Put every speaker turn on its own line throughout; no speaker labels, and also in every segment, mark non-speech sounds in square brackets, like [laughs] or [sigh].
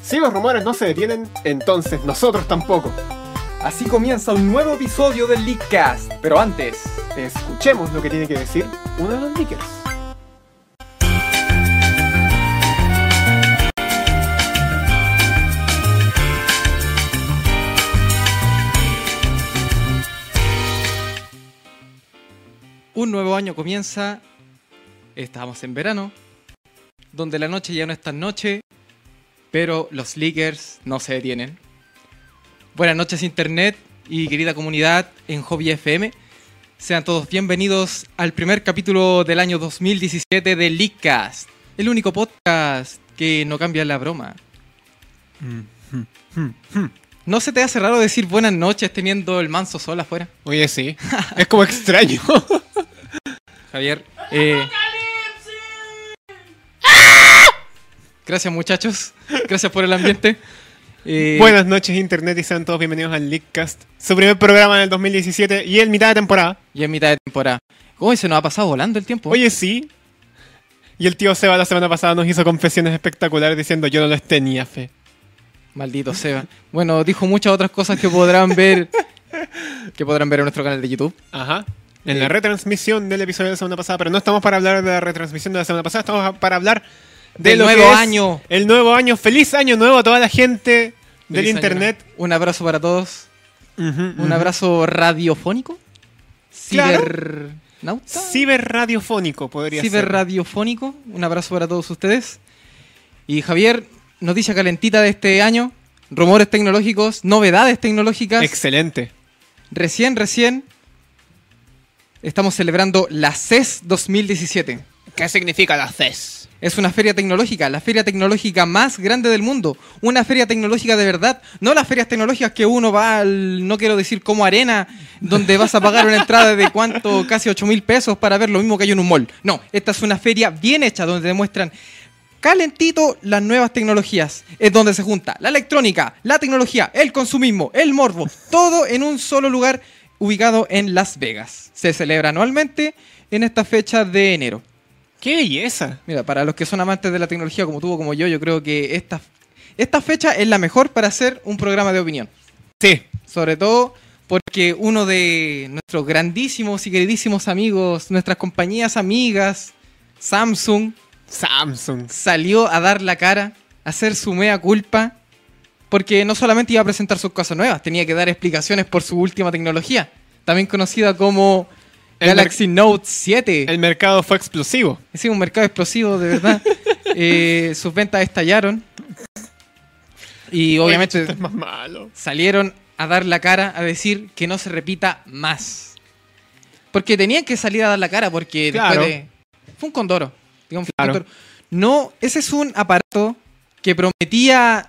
Si los rumores no se detienen, entonces nosotros tampoco.
Así comienza un nuevo episodio del Leakcast. Pero antes,
Escuchemos lo que tiene que decir uno de los leakers.
Un nuevo año comienza. Estábamos en verano, donde la noche ya no es tan noche, pero los leakers no se detienen. Buenas noches, internet y querida comunidad en Hobby FM. Sean todos bienvenidos al primer capítulo del año 2017 de Leakcast, el único podcast que no cambia la broma. ¿No se te hace raro decir buenas noches teniendo el manso sol afuera?
Oye, sí. Es como [laughs] extraño.
Javier. eh, Gracias muchachos, gracias por el ambiente. Eh,
Buenas noches, Internet, y sean todos bienvenidos al Leakcast. Su primer programa en el 2017 y en mitad de temporada.
Y en mitad de temporada. Uy, se nos ha pasado volando el tiempo.
Oye, sí. Y el tío Seba la semana pasada nos hizo confesiones espectaculares diciendo yo no les tenía fe.
Maldito Seba. Bueno, dijo muchas otras cosas que podrán ver que podrán ver en nuestro canal de YouTube.
Ajá. En
Eh.
la retransmisión del episodio de la semana pasada, pero no estamos para hablar de la retransmisión de la semana pasada, estamos a- para hablar de
Del
lo que
nuevo
es
año.
El nuevo año. Feliz año nuevo a toda la gente del
Feliz año
internet.
nuevo. Un abrazo para todos.
Ujú,
Un
ujú.
abrazo radiofónico.
Claro.
Cibernauta.
Ciberradiofónico podría ser.
ciberradiofónico. Un abrazo para todos ustedes. Y Javier, noticia calentita de este año, rumores tecnológicos, novedades tecnológicas.
Excelente.
recién, recién estamos celebrando la E CES 2017.
¿Qué significa la
E
CES?
Es una feria tecnológica, la feria tecnológica más grande del mundo. Una feria tecnológica de verdad, no las ferias tecnológicas que uno va al, no quiero decir como arena, donde vas a pagar una entrada de cuánto, casi 8 mil pesos para ver lo mismo que hay en un mall. No, esta es una feria bien hecha donde demuestran calentito las nuevas tecnologías. Es donde se junta la electrónica, la tecnología, el consumismo, el morbo, todo en un solo lugar ubicado en Las Vegas. Se celebra anualmente en esta fecha de enero.
¡Qué belleza!
Mira, para los que son amantes de la tecnología como tú o como yo, yo creo que esta, esta fecha es la mejor para hacer un programa de opinión.
Sí.
Sobre todo porque uno de nuestros grandísimos y queridísimos amigos, nuestras compañías amigas, Samsung,
Samsung.
salió a dar la cara, a hacer su mea culpa, porque no solamente iba a presentar sus cosas nuevas, tenía que dar explicaciones por su última tecnología, también conocida como
El mer-
Galaxy Note 7.
El mercado fue explosivo.
Es un mercado explosivo,
[laughs]
de verdad. Eh, sus ventas estallaron.
Este
Y
Esto
obviamente
es más malo.
salieron a dar la cara, a decir que no se repita más. Porque tenían que salir a dar la cara, porque
Claro.
después de- Fue un condoro. digamos, fue un
Claro.
condoro. No, ese es un aparato que prometía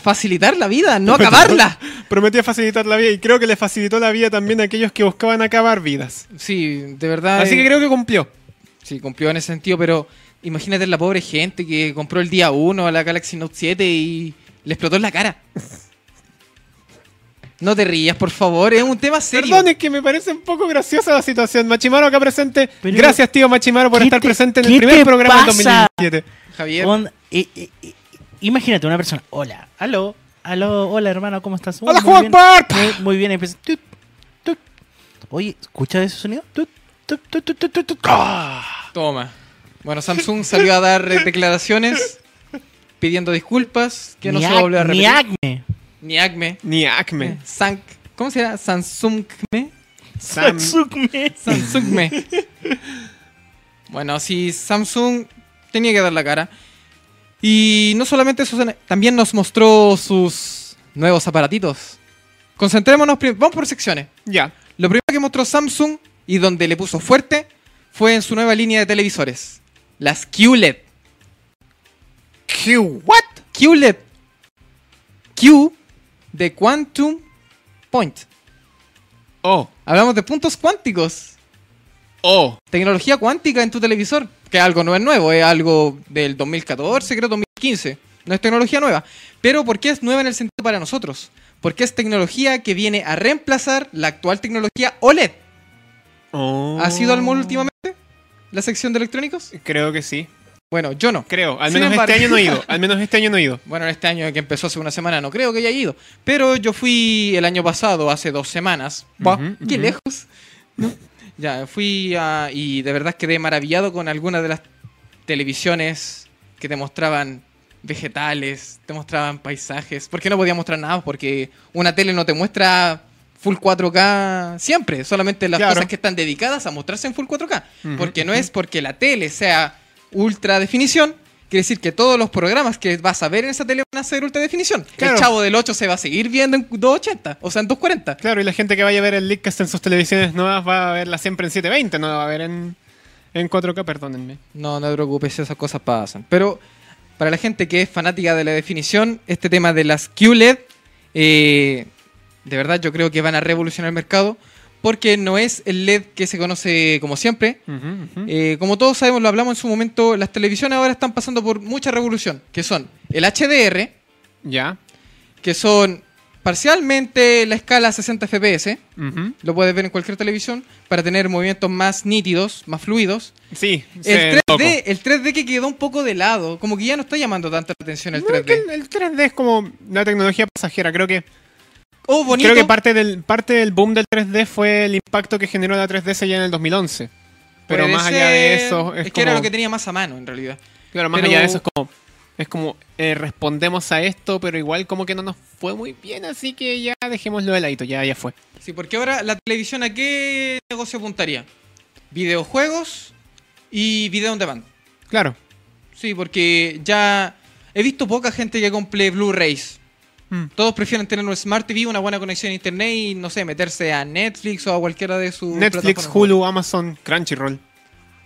facilitar la
[laughs]
vida, no acabarla.
Prometía facilitar la vida y creo que le facilitó la vida también a aquellos que buscaban acabar vidas.
Sí, de verdad.
Así
eh,
que creo que cumplió.
Sí, cumplió en ese sentido, pero imagínate la pobre gente que compró el día 1 a la Galaxy Note 7 y le explotó en la cara. No te rías, por favor, es un tema serio.
Perdón, es que me parece un poco graciosa la situación. Machimaro acá presente.
Pero-
Gracias, tío Machimaro, por
¿Qué
estar
te-
presente en el
qué
primer
te
programa del
pasa?
2017.
Javier,
Con- eh, eh, eh, imagínate una persona. Hola, aló, aló, hola hermano, ¿cómo estás? Oh,
¡Hola,
muy
Juan
bien,
Parp!
Muy, muy bien, empieza. tut, tut. Oye, ¿escuchas ese sonido? Tut, tut, tut, tut, tut, tut, tut.
Ah,
Ah,
toma. Bueno, Samsung salió a
[laughs]
dar eh, declaraciones pidiendo disculpas, que no
Ni
se va a
ac-
volver a
ni
repetir.
acme.
Ni acme.
Ni Acme.
Eh, Sank- ¿Cómo se llama? Samsungme.
[laughs]
Sam-
Sucme.
Samsungme. bueno, si Samsung tenía que dar la cara. Y no solamente eso, también nos mostró sus nuevos aparatitos. Concentrémonos, prim- vamos por secciones.
Ya.
Lo primero que mostró Samsung y donde le puso fuerte fue en su nueva línea de televisores, las E QLED.
Q, what?
QLED. E Q de Quantum Point.
Oh,
Hablamos de puntos cuánticos.
oh.
tecnología cuántica en tu televisor, que algo no es nuevo, es algo del 2014, creo 2015. No es tecnología nueva. Pero ¿por qué es nueva en el sentido para nosotros? Porque es tecnología que viene a reemplazar la actual tecnología E OLED.
oh.
¿Has ido al mall últimamente? ¿La sección de electrónicos?
Creo que sí.
Bueno, yo no.
Creo, al
Sin
menos
embargo-
este año no he
[laughs]
ido. Al menos este año no he ido.
Bueno, este año que empezó hace una semana no creo que haya ido. Pero yo fui el año pasado, hace dos semanas. Buah,
Ujú,
¡Qué
ujú.
lejos! ¿No? Ya, fui a- y de verdad quedé maravillado con algunas de las televisiones que te mostraban vegetales, te mostraban paisajes. Porque no podía mostrar nada, porque una tele no te muestra full 4K siempre, solamente las
Claro.
cosas que están dedicadas a mostrarse en full 4K.
Ujú,
Porque no es porque la tele sea ultra definición, quiere decir que todos los programas que vas a ver en esa tele van a ser ultra definición.
Claro.
El Chavo del 8 se va a seguir viendo en 280, o sea, en 240.
Claro, y la gente que vaya a ver el Leadcast en sus televisiones nuevas va a verla siempre en 720, no la va a ver en, en 4K, perdónenme.
No, no te preocupes, esas cosas pasan. Pero para la gente que es fanática de la definición, este tema de las QLED, eh, de verdad yo creo que van a revolucionar el mercado, porque no es el LED que se conoce como siempre.
Ujú, ujú.
Eh, como todos sabemos, lo hablamos en su momento, las televisiones ahora están pasando por mucha revolución, que son el HDR,
Ya.
que son parcialmente la escala 60 FPS,
ujú.
lo puedes ver en cualquier televisión, para tener movimientos más nítidos, más fluidos.
Sí, se
El 3D,
loco.
el 3D que quedó un poco de lado, como que ya no está llamando tanta la atención el
No, es que
3D.
el, el 3D es como la tecnología pasajera. Creo que
Oh, bonito.
creo que parte del parte del boom del 3D fue el impacto que generó la 3DS ya en el 2011. Pero
Puede
más allá de
ser.
eso es,
Es, que era
como-
lo que tenía más a mano en realidad.
claro, más
pero-
allá de eso es como es como eh, respondemos a esto, pero igual como que no nos fue muy bien, así que ya dejémoslo de ladito, ya ya fue.
Sí, porque ahora la televisión a qué negocio apuntaría? Videojuegos y video on demand.
Claro.
Sí, porque ya he visto poca gente que compre Blu-rays.
Mm.
Todos prefieren tener un Smart TV, una buena conexión a internet y, no sé, meterse a Netflix o a cualquiera de sus
Netflix,
plataformas.
Hulu, Amazon, Crunchyroll.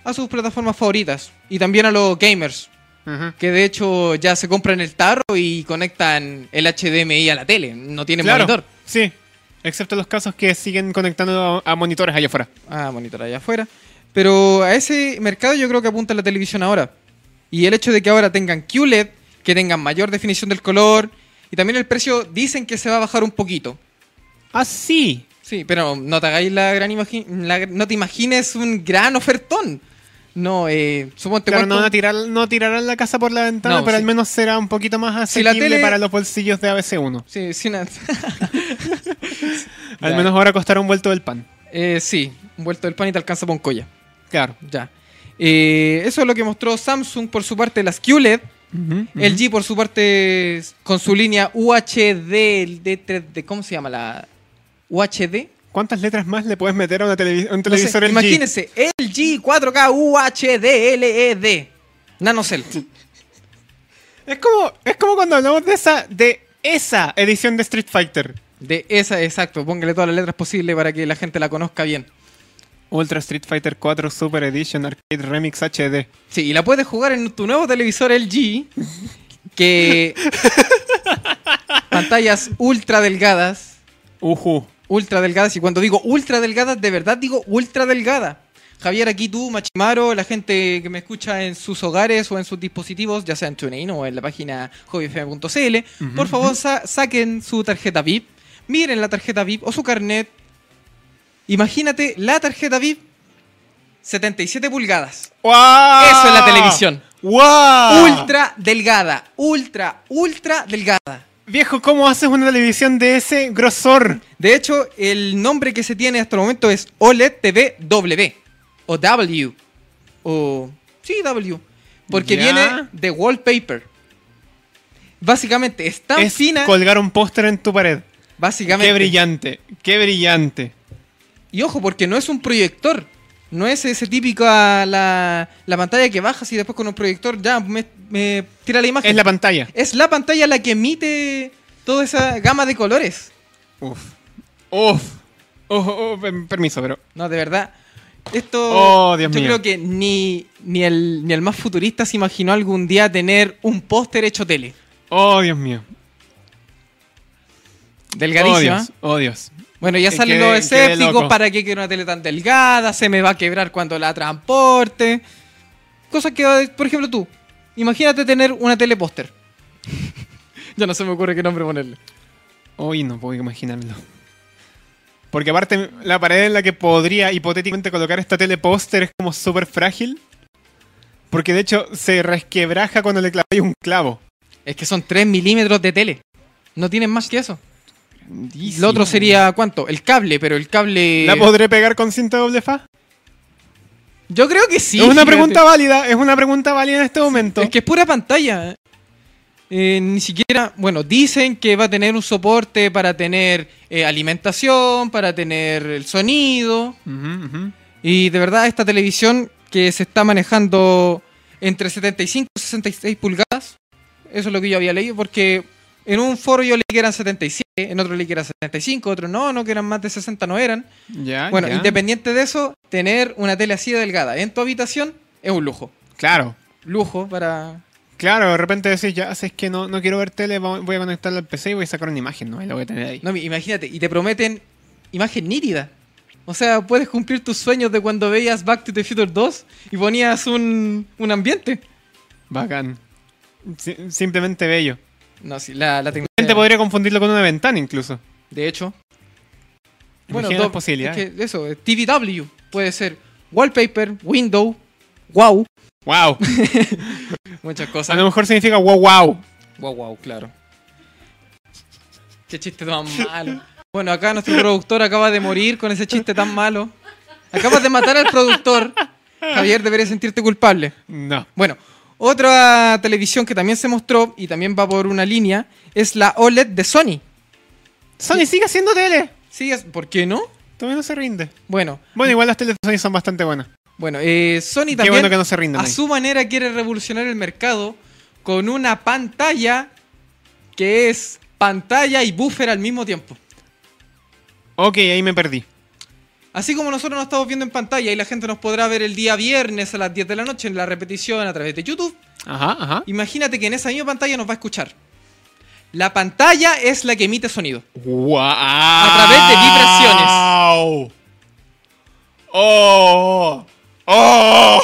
A sus plataformas favoritas. Y también a los gamers,
Ajá.
que de hecho ya se compran el tarro y conectan el HDMI a la tele. No tienen
Claro.
monitor.
Sí. Excepto los casos que siguen conectando a, a monitores allá afuera.
Ah, monitor allá afuera. Pero a ese mercado yo creo que apunta la televisión ahora. Y el hecho de que ahora tengan QLED, que tengan mayor definición del color, y también el precio dicen que se va a bajar un poquito.
Ah, sí.
Sí, pero no te hagáis la gran imagi- la gr- no te imagines un gran ofertón. No, eh, suponte
Claro, no,
cuánto-
van a tirar, no tirarán la casa por la ventana,
No,
pero al
sí.
menos será un poquito más
Si la
asequible
tele-
para los bolsillos de ABC1.
Sí, sí, na-
Al
Ya.
menos ahora costará un vuelto del pan.
[laughs] Eh, sí, un vuelto del pan y te alcanza Poncoya.
Claro.
Ya. Eh, eso es lo que mostró Samsung por su parte las E QLED. El G por su parte s- con su línea UHD, el D3D, ¿cómo se llama la UHD?
¿Cuántas letras más le puedes meter a una televi- a un
No sé,
televisor LG?
imagínense, el G 4K UHD LED. E Nanocell.
Es como, es como cuando hablamos de esa, de esa edición de Street Fighter.
De esa, exacto. Póngale todas las letras posibles para que la gente la conozca bien.
Ultra Street Fighter 4 Super Edition Arcade Remix HD.
Sí, y la puedes jugar en tu nuevo televisor LG. Que. pantallas ultra delgadas.
Ujú.
Ultra delgadas. Y cuando digo ultra delgadas, de verdad digo ultra delgada. Javier, aquí tú, Machimaro, la gente que me escucha en sus hogares o en sus dispositivos, ya sea en TuneIn o en la página hobbyfm.cl, por favor sa- saquen su tarjeta VIP, miren la tarjeta VIP o su carnet. Imagínate la tarjeta VIP 77 pulgadas.
¡Guau!
Eso es la televisión.
¡Wow!
Ultra delgada, ultra, ultra delgada.
Viejo, ¿cómo haces una televisión de ese grosor?
De hecho, el nombre que se tiene hasta el momento es E OLED TV W. O W. O. Sí, W. Porque
Ya.
viene de wallpaper. Básicamente, es tan
es
fina.
colgar un póster en tu pared.
Básicamente.
Qué brillante, qué brillante.
Y ojo, porque no es un proyector. No es ese típico a la, la pantalla que bajas y después con un proyector ya me, me tira la imagen.
Es la pantalla.
Es la pantalla la que emite toda esa gama de colores.
Uf. Uf. Uf, uf, em, permiso, pero.
No, de verdad. Esto.
Oh, Dios
yo
mío.
creo que ni, ni, el, ni el más futurista se imaginó algún día tener un póster hecho tele.
Oh, Dios mío. Oh,
Delgadísima.
Dios. Oh, Dios.
¿eh? bueno, ya
Que
salen
quede-
los
quede
escépticos.
loco.
¿Para qué quiero una tele tan delgada? Se me va a quebrar cuando la transporte. Cosas que, por ejemplo, tú. Imagínate tener una
[laughs]
tele póster. ya no se me ocurre qué nombre ponerle.
Hoy no puedo imaginarlo. Porque aparte, la pared en la que podría hipotéticamente colocar esta tele póster es como súper frágil. Porque de hecho se resquebraja cuando le claváis un clavo.
Es que son 3 milímetros de tele. No tienen más que eso. Lo otro sería, ¿cuánto? El cable, pero el cable...
¿La podré pegar con cinta doble fa?
Yo creo que sí.
es una
fíjate.
pregunta válida, es una pregunta válida en este momento.
Es que es pura pantalla. Eh, ni siquiera, bueno, dicen que va a tener un soporte para tener eh, alimentación, para tener el sonido.
Ujú, ujú.
Y de verdad, esta televisión que se está manejando entre 75 y 66 pulgadas, eso es lo que yo había leído, porque en un foro yo leí que eran 77, en otro leí que eran 75, otro no, no, que eran más de 60, no eran.
Ya,
Bueno,
Ah, ya.
independiente de eso, tener una tele así de delgada en tu habitación es un lujo.
Claro,
Lujo para
claro, de repente decís, ya, si es que no, no quiero ver tele, va- voy a conectarla al PC y voy a sacar una imagen, ¿no? Y la voy a tener ahí.
No, mi- imagínate, y te prometen imagen nítida. O sea, puedes cumplir tus sueños de cuando veías Back to the Future 2 y ponías un, un ambiente.
Bacán. Si- simplemente bello.
No, sí, la, la tecnología.
La gente podría confundirlo con una ventana incluso.
De hecho.
Imagina las
do-
posibilidades.
es que eso, eh, TVW. Puede ser wallpaper, window, wow.
[laughs] ¡Wow!
Muchas
A
cosas.
lo mejor significa wow, wow.
Wow, wow, claro. Qué chiste tan malo. Bueno, acá nuestro productor acaba de morir con ese chiste tan malo. Acabas de matar al productor. Javier, deberías sentirte culpable.
No.
Bueno, otra televisión que también se mostró y también va por una línea es la OLED de Sony.
Sony sigue haciendo tele.
Sí, es- ¿por qué no?
Todavía no se rinde.
Bueno,
Bueno, igual las teles de Sony son bastante buenas.
bueno, eh, Sony
Qué
también
bueno que no se rindan.
a
ahí.
su manera quiere revolucionar el mercado con una pantalla que es pantalla y buffer al mismo tiempo.
Ok, ahí me perdí.
Así como nosotros nos estamos viendo en pantalla y la gente nos podrá ver el día viernes a las 10 de la noche en la repetición a través de YouTube,
Ajá, ajá.
imagínate que en esa misma pantalla nos va a escuchar. La pantalla es la que emite sonido.
¡Wow!
A
través de vibraciones. ¡Oh! ¡Oh!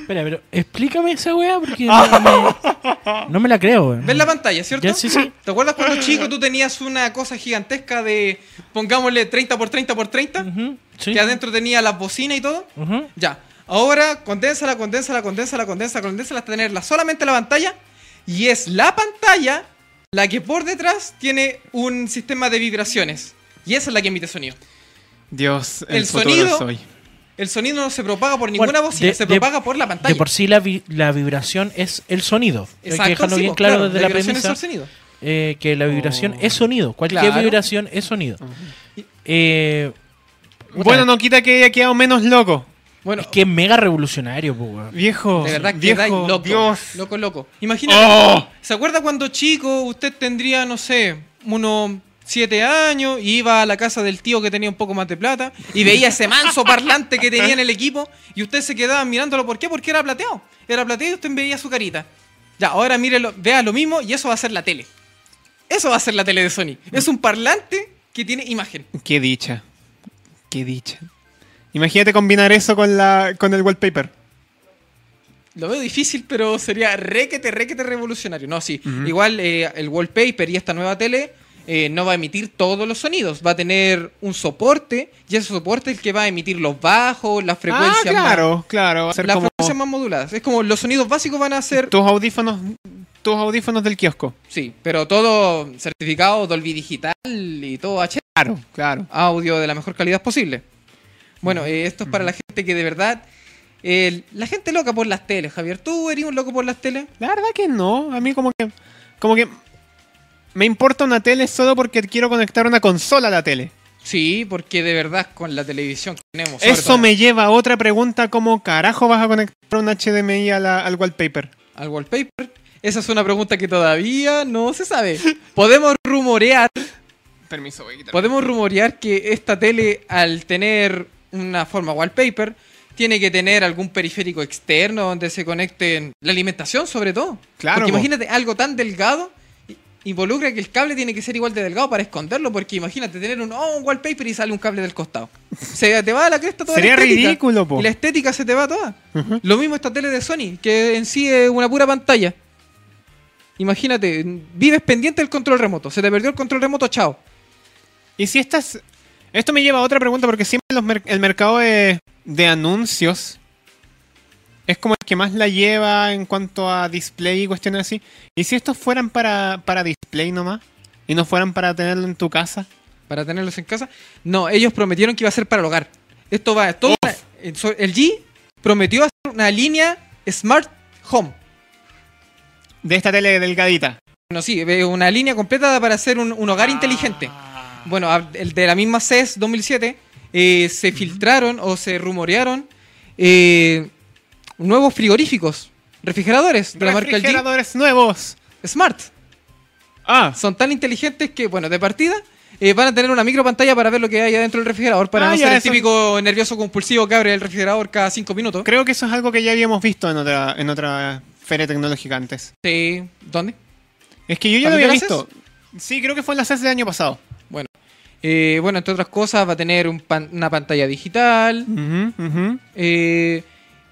Espera, pero explícame esa weá porque no me, no me la creo, weón.
Ah. ¿Ves la pantalla, cierto?
Ya,
[laughs]
sí, sí.
¿Te acuerdas cuando chico tú tenías una cosa gigantesca de, pongámosle 30x30x30,
Ujú, sí.
que adentro tenía las bocinas y todo?
Ujú.
Ya. Ahora, condénsala, condénsala, condénsala, condénsala, condénsala hasta tenerla solamente la pantalla. Y es la pantalla la que por detrás tiene un sistema de vibraciones. Y esa es la que emite sonido.
Dios, el,
El
futuro
sonido-
soy.
El sonido no se propaga por ninguna
Bueno,
bocina,
de-
se
de-
propaga por la pantalla.
De por sí la, vi- la vibración es el sonido. Hay que dejarlo
sí,
bien
pues,
claro, desde la
vibración es
premisa
el sonido.
eh, que la vibración
Oh.
es sonido. Cualquier
Claro.
vibración es sonido. Eh, puta,
Bueno, no quita que haya quedado menos loco.
Bueno,
Es que es mega revolucionario, po, weón.
Viejo.
De verdad que
viejo,
dais loco.
Dios.
Loco, loco. Imagínate.
¡Oh!
¿Se acuerda cuando chico usted tendría, no sé, unos 7 años y iba a la casa del tío que tenía un poco más de plata y veía ese manso parlante que tenía en el equipo y usted se quedaba mirándolo? ¿Por qué? Porque era plateado. Era plateado y usted veía su carita. Ya, ahora mírelo, vea lo mismo y eso va a ser la tele. Eso va a ser la tele de Sony. Es un parlante que tiene imagen.
Qué dicha. Qué dicha. Imagínate combinar eso con, la, con el wallpaper.
Lo veo difícil, pero sería requete, requete revolucionario. No, sí.
Ujú.
Igual eh, el wallpaper y esta nueva tele eh, no va a emitir todos los sonidos. Va a tener un soporte y ese soporte es el que va a emitir los bajos, las frecuencias.
ah, claro, claro. Va a
Más,
ser
las
como
frecuencias más moduladas. Es como los sonidos básicos van a ser.
tus audífonos, tus audífonos del kiosco.
Sí, pero todo certificado, Dolby Digital y todo HD.
Claro, claro.
audio de la mejor calidad posible. Bueno, eh, esto es para la gente que de verdad. eh, la gente loca por las teles, Javier. ¿Tú eres un loco por las teles?
La verdad que no. A mí como que... Como que... Me importa una tele solo porque quiero conectar una consola a la tele.
Sí, porque de verdad con la televisión que tenemos. sobre
Eso
todo
me lleva a otra pregunta. ¿Cómo carajo vas a conectar un HDMI a la- al wallpaper?
Al wallpaper. Esa es una pregunta que todavía no se sabe. [laughs] Podemos rumorear,
Permiso, voy a quitar.
podemos rumorear que esta tele, al tener una forma wallpaper, tiene que tener algún periférico externo donde se conecten la alimentación, sobre todo.
Claro,
Porque
po.
imagínate algo tan delgado. i- Involucra que el cable tiene que ser igual de delgado para esconderlo, porque imagínate tener un, oh, un wallpaper y sale un cable del costado. Se te va a la cresta toda la
Sería
estética.
ridículo, po.
Y la estética se te va toda. Lo mismo esta tele de Sony, que en sí es una pura pantalla. Imagínate, vives pendiente del control remoto. Se te perdió el control remoto, chao.
Y si estas... Esto me lleva a otra pregunta porque siempre los mer- el mercado de, de anuncios es como el que más la lleva en cuanto a display y cuestiones así. ¿Y si estos fueran para, para display nomás? ¿Y no fueran para tenerlo en tu casa?
para tenerlos en casa. No, ellos prometieron que iba a ser para el hogar. Esto va todo. el so- el G prometió hacer una línea Smart Home.
De esta tele delgadita.
Bueno, sí, ve una línea completa para hacer un, un hogar inteligente. Bueno, a- el de la misma E CES 2007 eh, se filtraron o se rumorearon eh, nuevos frigoríficos, refrigeradores de la marca LG
Refrigeradores nuevos.
Smart.
Ah,
Son tan inteligentes que, bueno, de partida eh, van a tener una micro pantalla para ver lo que hay adentro del refrigerador, para
Ah,
no
ya,
ser el
eso-
típico nervioso compulsivo que abre el refrigerador cada cinco minutos.
creo que eso es algo que ya habíamos visto en otra, en otra feria tecnológica antes.
Sí, ¿Dónde?
Es que yo ya lo
¿También
había
te la
visto. Sí, creo que fue en la CES del año pasado.
Eh, bueno, entre otras cosas, va a tener un pan- una pantalla digital.
Ujú, ujú.
Eh,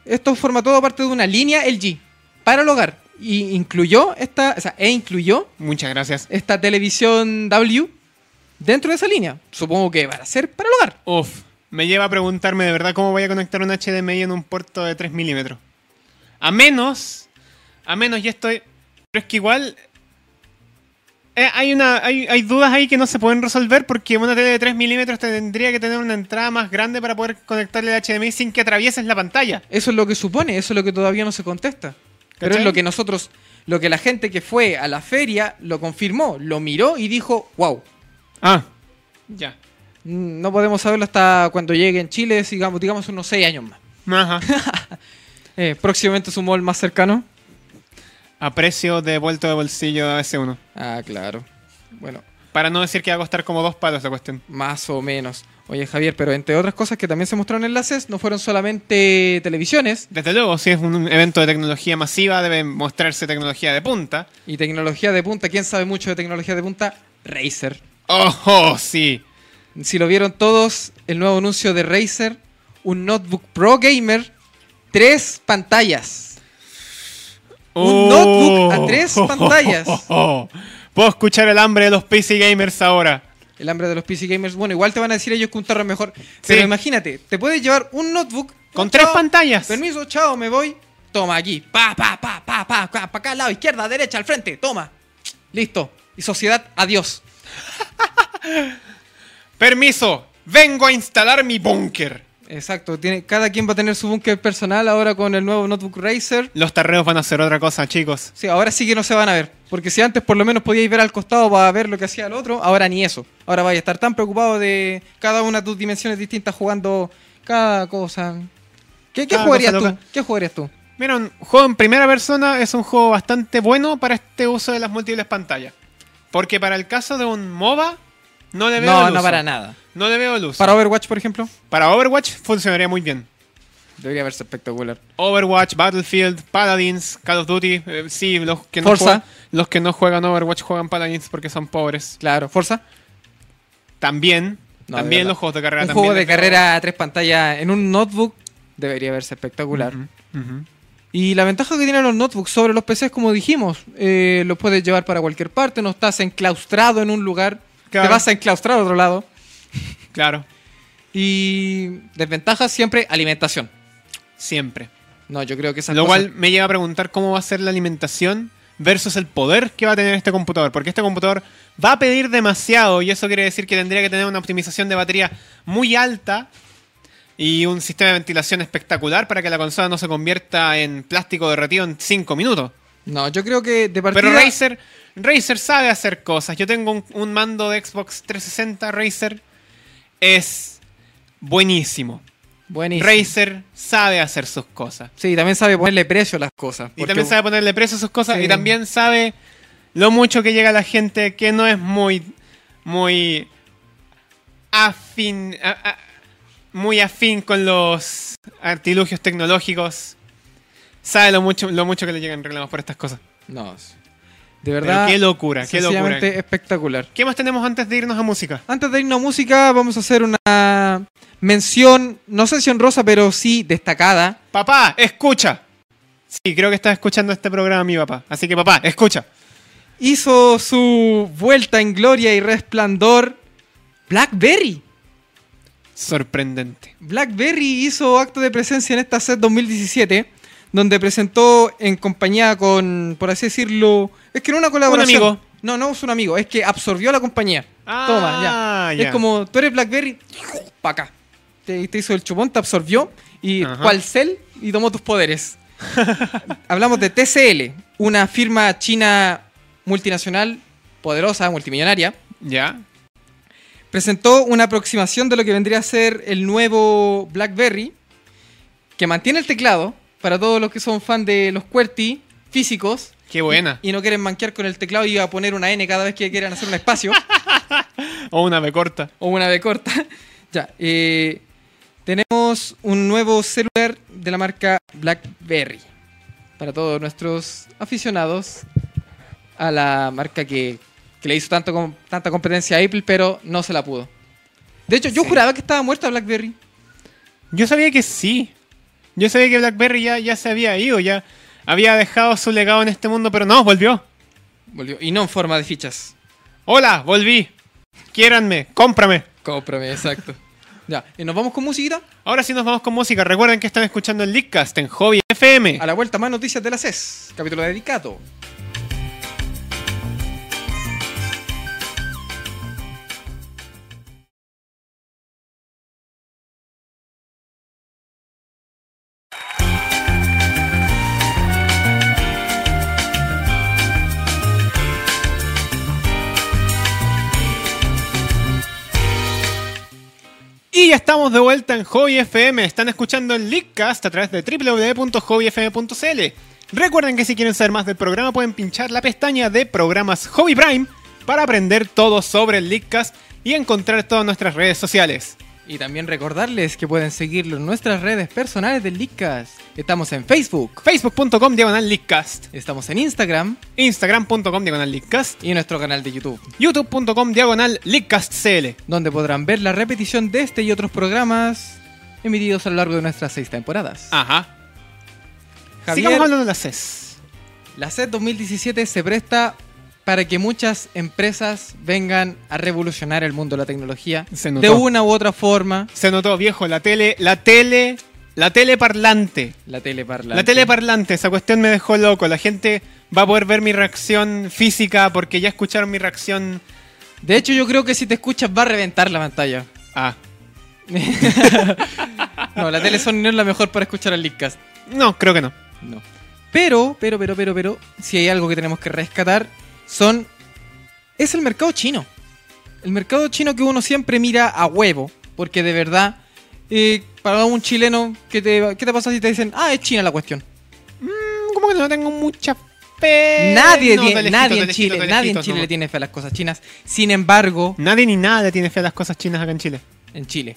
esto forma todo parte de una línea LG para el hogar. Y incluyó esta, o sea, e incluyó
Muchas gracias.
esta televisión W dentro de esa línea. Supongo que va a ser para el hogar.
Uf, me lleva a preguntarme de verdad cómo voy a conectar un HDMI en un puerto de 3 milímetros. A menos, a menos ya estoy... Pero es que igual... eh, hay, una, hay, hay dudas ahí que no se pueden resolver porque una tele de 3 milímetros tendría que tener una entrada más grande para poder conectarle el HDMI sin que atravieses la pantalla.
Eso es lo que supone, eso es lo que todavía no se contesta. Pero es
¿Cachai?
lo que nosotros, lo que la gente que fue a la feria lo confirmó, lo miró y dijo, wow,
Ah, ya.
no podemos saberlo hasta cuando llegue en Chile, digamos, digamos unos 6 años más.
Ajá.
Eh, próximamente su mall más cercano.
[laughs] A precio de vuelto de bolsillo a S1.
Ah, claro. Bueno,
Para no decir que va a costar como dos palos la cuestión.
más o menos. Oye, Javier, pero entre otras cosas que también se mostraron en la CES, no fueron solamente televisiones
Desde luego, si es un evento de tecnología masiva, debe mostrarse tecnología de punta.
y tecnología de punta. ¿Quién sabe mucho de tecnología de punta? Razer.
¡Ojo! Sí.
Si lo vieron todos, el nuevo anuncio de Razer, un notebook Pro Gamer, tres pantallas. Un notebook
[laughs]
a tres pantallas.
¡Oh! Puedo escuchar el hambre de los PC gamers ahora.
El hambre de los PC gamers, bueno, igual te van a decir ellos que un tarro es mejor. Pero imagínate, te puedes llevar un notebook
Con
un
tres
chao,
pantallas.
Permiso, chao, me voy. Toma aquí. Pa, pa, pa, pa, pa, pa, pa acá al lado, izquierda, derecha, al frente. Toma. Listo. Y sociedad, adiós.
Permiso, vengo a instalar mi búnker.
Exacto. Tiene, cada quien va a tener su búnker personal ahora con el nuevo notebook Razer.
Los tarreos van a hacer otra cosa, chicos.
Sí, ahora sí que no se van a ver. Porque si antes por lo menos podíais ver al costado para ver lo que hacía el otro, ahora ni eso. Ahora vais a estar tan preocupado de cada una de tus dimensiones distintas jugando cada cosa. ¿Qué, qué
Cada
jugarías
cosa
tú?
loca.
¿Qué jugarías tú?
Mira, un juego en primera persona es un juego bastante bueno para este uso de las múltiples pantallas. Porque para el caso de un MOBA, no le veo
No,
el
no
uso.
para nada.
No le veo luz. Para,
Para Overwatch, por ejemplo,
Overwatch funcionaría muy bien.
debería verse espectacular.
Overwatch, Battlefield, Paladins, Call of Duty, eh, sí, los que, no
Forza.
juegan, los que no juegan Overwatch juegan Paladins porque son pobres.
Claro, Forza.
También,
No, de
también
verdad.
los juegos de carrera.
Un
también
juego de
les
carrera a tres pantallas en un notebook debería verse espectacular.
veo- Ujú.
Y la ventaja que tienen los notebooks sobre los PCs, como dijimos, eh, los puedes llevar para cualquier parte, no estás enclaustrado en un lugar,
Claro.
te vas a enclaustrar a otro lado.
Claro,
Y desventaja siempre alimentación.
siempre.
No, yo creo que esa
Lo cual me lleva a preguntar cómo va a ser la alimentación versus el poder que va a tener este computador. Porque este computador va a pedir demasiado y eso quiere decir que tendría que tener una optimización de batería muy alta y un sistema de ventilación espectacular para que la consola no se convierta en plástico derretido en 5 minutos.
No, yo creo que de partida...
Pero Razer, Razer sabe hacer cosas. Yo tengo un, un mando de Xbox 360 Razer. Es buenísimo.
Buenísimo.
Razer sabe hacer sus cosas.
Sí, también sabe ponerle precio a las cosas.
Y
porque-
también sabe ponerle precio a sus cosas.
Sí.
Y también sabe lo mucho que llega a la gente que no es muy. Muy. Afín. a- a- muy afín con los artilugios tecnológicos. Sabe lo mucho, lo mucho que le llegan reclamos por estas cosas.
No, sí. de
Pero
verdad...
qué locura, qué locura.
sencillamente espectacular.
¿Qué más tenemos antes de irnos a música?
Antes de irnos a música, vamos a hacer una mención, no sé si honrosa, pero sí destacada.
Papá, escucha. Sí, creo que está escuchando este programa mi papá. Así que papá, escucha.
Hizo su vuelta en gloria y resplandor BlackBerry.
Sorprendente.
BlackBerry hizo acto de presencia en esta set 2017, donde presentó en compañía con, por así decirlo, es que no una colaboración.
amigo.
No, no es un amigo, es que absorbió la compañía. Toma,
Ah,
ya.
ya.
Es como, tú eres Blackberry, pa' acá. Te, te hizo el chupón, te absorbió, y
Ajá.
cual cel, y tomó
[laughs]
tus poderes. Hablamos de TCL, una firma china multinacional, poderosa, multimillonaria,
Ya.
presentó una aproximación de lo que vendría a ser el nuevo BlackBerry, que mantiene el teclado para todos los que son fan de los QWERTY físicos
Qué buena.
y no quieren manquear con el teclado y a poner una N cada vez que quieran hacer un espacio
O una B corta.
o una B corta. [laughs] ya, eh, tenemos un nuevo celular de la marca BlackBerry para todos nuestros aficionados a la marca que, que le hizo tanto com- tanta competencia a Apple, pero no se la pudo. De hecho, yo juraba que estaba muerta BlackBerry.
Yo sabía que sí. Yo sabía que BlackBerry ya, ya se había ido, ya había dejado su legado en este mundo, pero no, volvió.
Volvió. Y no en forma de fichas.
Hola, volví. Quiéranme, cómprame.
Cómprame, exacto. [laughs] ya, y nos vamos con musiquita.
Ahora sí nos vamos con música. Recuerden que están escuchando el Leadcast en Hobby FM.
A la vuelta, más noticias de la CES. Capítulo dedicado.
Y ya estamos de vuelta en Hobby FM. Están escuchando el Leadcast a través de www.hobbyfm.cl. Recuerden que si quieren saber más del programa pueden pinchar la pestaña de programas Hobby Prime para aprender todo sobre el Leadcast y encontrar todas nuestras redes sociales.
Y también recordarles que pueden seguirlo en nuestras redes personales del Leadcast. Estamos en Facebook,
Facebook.com diagonal Leadcast.
estamos en Instagram
Instagram.com diagonal Leadcast.
y en nuestro canal de YouTube,
YouTube.com diagonal LeadcastCL.
donde podrán ver la repetición de este y otros programas emitidos a lo largo de nuestras seis temporadas.
Ajá. Ah, Sigamos
Javier,
hablando de las CES.
la CES 2017 se presta para que muchas empresas vengan a revolucionar el mundo de la tecnología
Se
de
notó.
una u otra forma.
Se notó, viejo, la tele, la tele, la tele parlante.
La tele parlante.
La tele parlante, esa cuestión me dejó loco. La gente va a poder ver mi reacción física porque ya escucharon mi reacción.
De hecho, yo creo que si te escuchas va a reventar la pantalla.
Ah.
[laughs] No, la tele Sony no es la mejor para escuchar al Leadcast.
No, creo que no.
No. Pero, pero, pero, pero, pero, si hay algo que tenemos que rescatar, son. Es el mercado chino. El mercado chino que uno siempre mira a huevo. Porque de verdad, eh, para un chileno, ¿qué te, ¿qué te pasa si te dicen, ah, es China la cuestión?
Como que no tengo mucha fe.
nadie
Eh, No,
tiene-
de lejito,
nadie
de
en
lejito,
Chile,
de
nadie en
lejitos
Chile le
nomás.
tiene fe a las cosas chinas. Sin embargo,
Nadie ni nada le tiene fe a las cosas chinas acá en Chile.
en Chile.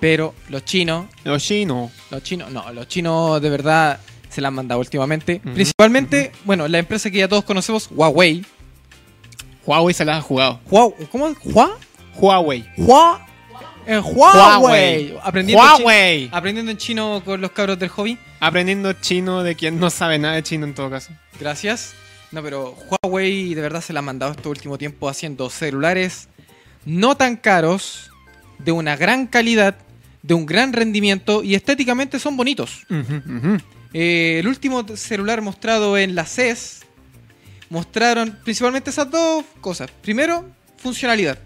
Pero los chinos
Los chinos.
Los chinos, no, los chinos de verdad se la han mandado últimamente.
Ujú.
Principalmente, bueno, la empresa que ya todos conocemos, Huawei.
Huawei se las ha jugado.
Hua- ¿Cómo? ¿Hua?
Huawei.
¿Hua? eh, Huawei. Aprendiendo, en chi-
Huawei.
aprendiendo en chino con los cabros del hobby.
Aprendiendo chino de quien no sabe nada de chino en todo caso.
Gracias. No, pero Huawei de verdad se la ha mandado este último tiempo haciendo celulares no tan caros, de una gran calidad, de un gran rendimiento y estéticamente son bonitos. Eh, el último t- celular mostrado en la CES mostraron principalmente esas dos cosas. Primero, funcionalidad.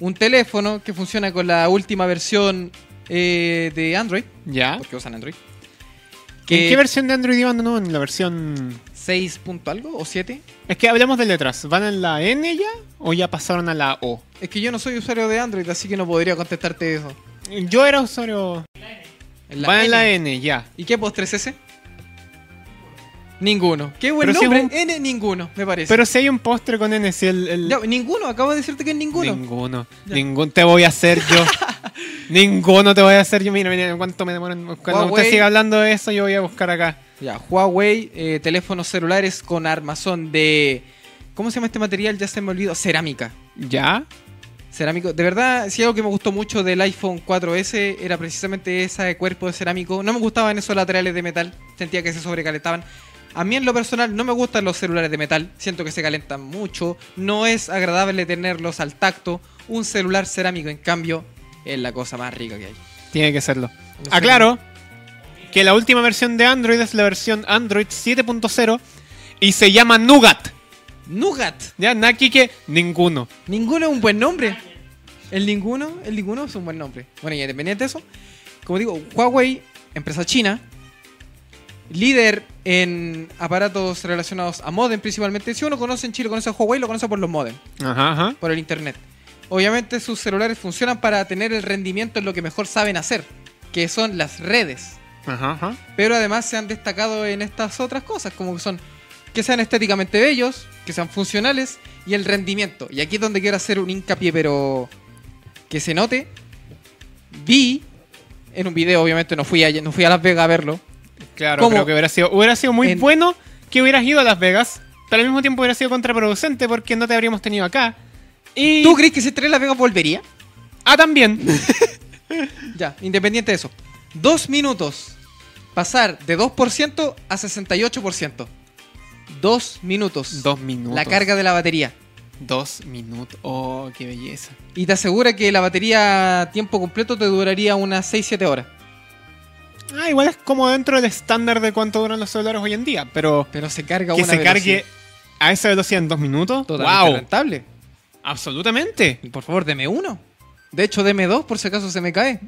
Un teléfono que funciona con la última versión eh, de Android,
¿Ya?
porque usan Android.
Ah. ¿En qué versión de Android iban? No, en la versión...
6 punto algo o 7.
Es que hablamos de letras. ¿Van en la N ya o ya pasaron a la O?
Es que yo no soy usuario de Android, así que no podría contestarte eso.
Yo era usuario...
En
Van en la
N.
N, ya.
¿Y qué postre es ese? Ninguno. Qué buen
Pero si
nombre.
es un-
N, ninguno, me parece.
Pero si hay un postre con N, si el... el-
Ya, ninguno, acabo de decirte que es ninguno.
Ninguno.
Ya.
Ningún te voy a hacer
[laughs]
yo. Ninguno te voy a hacer yo. Mira, mira, cuánto me demoran. Cuando
Huawei.
usted siga hablando de eso, yo voy a buscar acá.
Ya, Huawei, eh, teléfonos celulares con armazón de. ¿Cómo se llama este material? Ya se me olvidó. Cerámica.
¿Ya?
Cerámico. De verdad, si algo que me gustó mucho del iPhone 4S era precisamente ese cuerpo de cerámico. No me gustaban esos laterales de metal. Sentía que se sobrecalentaban. A mí en lo personal no me gustan los celulares de metal. Siento que se calentan mucho. No es agradable tenerlos al tacto. Un celular cerámico, en cambio, es la cosa más rica que hay.
Tiene que serlo.
No sé
Aclaro. que la última versión de Android es la versión Android 7.0 y se llama Nougat.
Nougat.
Ya, Naki que ninguno.
Ninguno es un buen nombre. El ninguno, el ninguno es un buen nombre. Bueno, y independiente de eso, como digo, Huawei, empresa china, líder en aparatos relacionados a modem principalmente. Si uno conoce en Chile, conoce a Huawei, lo conoce por los modem,
Ajá, ajá.
por el internet. Obviamente sus celulares funcionan para tener el rendimiento en lo que mejor saben hacer, que son las redes.
Ajá, ajá.
pero además se han destacado en estas otras cosas, como que son que sean estéticamente bellos, que sean funcionales y el rendimiento. Y aquí es donde quiero hacer un hincapié, pero que se note. Vi en un video, obviamente no fui a, no fui a Las Vegas a verlo.
Claro,
¿Cómo?
creo que hubiera sido, hubiera sido muy
En-
bueno que hubieras ido a Las Vegas, pero al mismo tiempo hubiera sido contraproducente porque no te habríamos tenido acá. Y
¿Tú crees que si trae Las Vegas volvería?
ah,
[laughs]
también.
Ya, independiente de eso. Dos minutos. Pasar de 2% a 68%. Dos minutos.
Dos minutos.
La carga de la batería.
Dos minutos. Oh, qué belleza.
Y te asegura que la batería a tiempo completo te duraría unas 6-7 horas.
Ah, igual es como dentro del estándar de cuánto duran los celulares hoy en día, pero
Pero se carga
que
una
se
velocidad
cargue a esa velocidad en dos minutos.
totalmente
wow,
rentable.
absolutamente.
Y Por favor, deme uno. De hecho, deme dos por si acaso se me cae.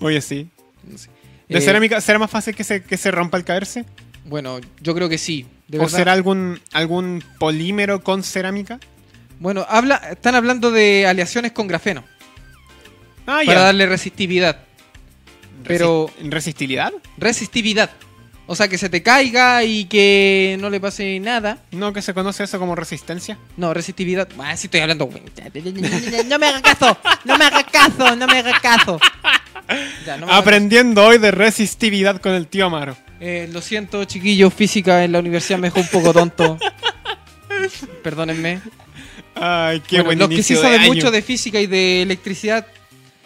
Oye, sí. [laughs] ¿De
Eh,
cerámica será más fácil que se, que se rompa al caerse?
Bueno, yo creo que sí. De
¿O
verdad.
será algún, algún polímero con cerámica?
Bueno, habla, están hablando de aleaciones con grafeno
Ah,
para
ya.
darle resistividad. pero-
Resi- ¿Resistibilidad?
Resistividad. O sea, que se te caiga y que no le pase nada.
No, que se conoce eso como resistencia.
No, resistividad. Ah, sí estoy hablando. No me hagas caso. No me hagas caso. No me hagas caso. Ya,
Ah,
no me hagas
Aprendiendo hoy de resistividad con el tío Amaro.
Eh, lo siento, chiquillos, física en la universidad me dejó un poco tonto. Perdónenme.
Ay, qué
Bueno,
buen
los que sí
inicio
saben
año.
mucho de física y de electricidad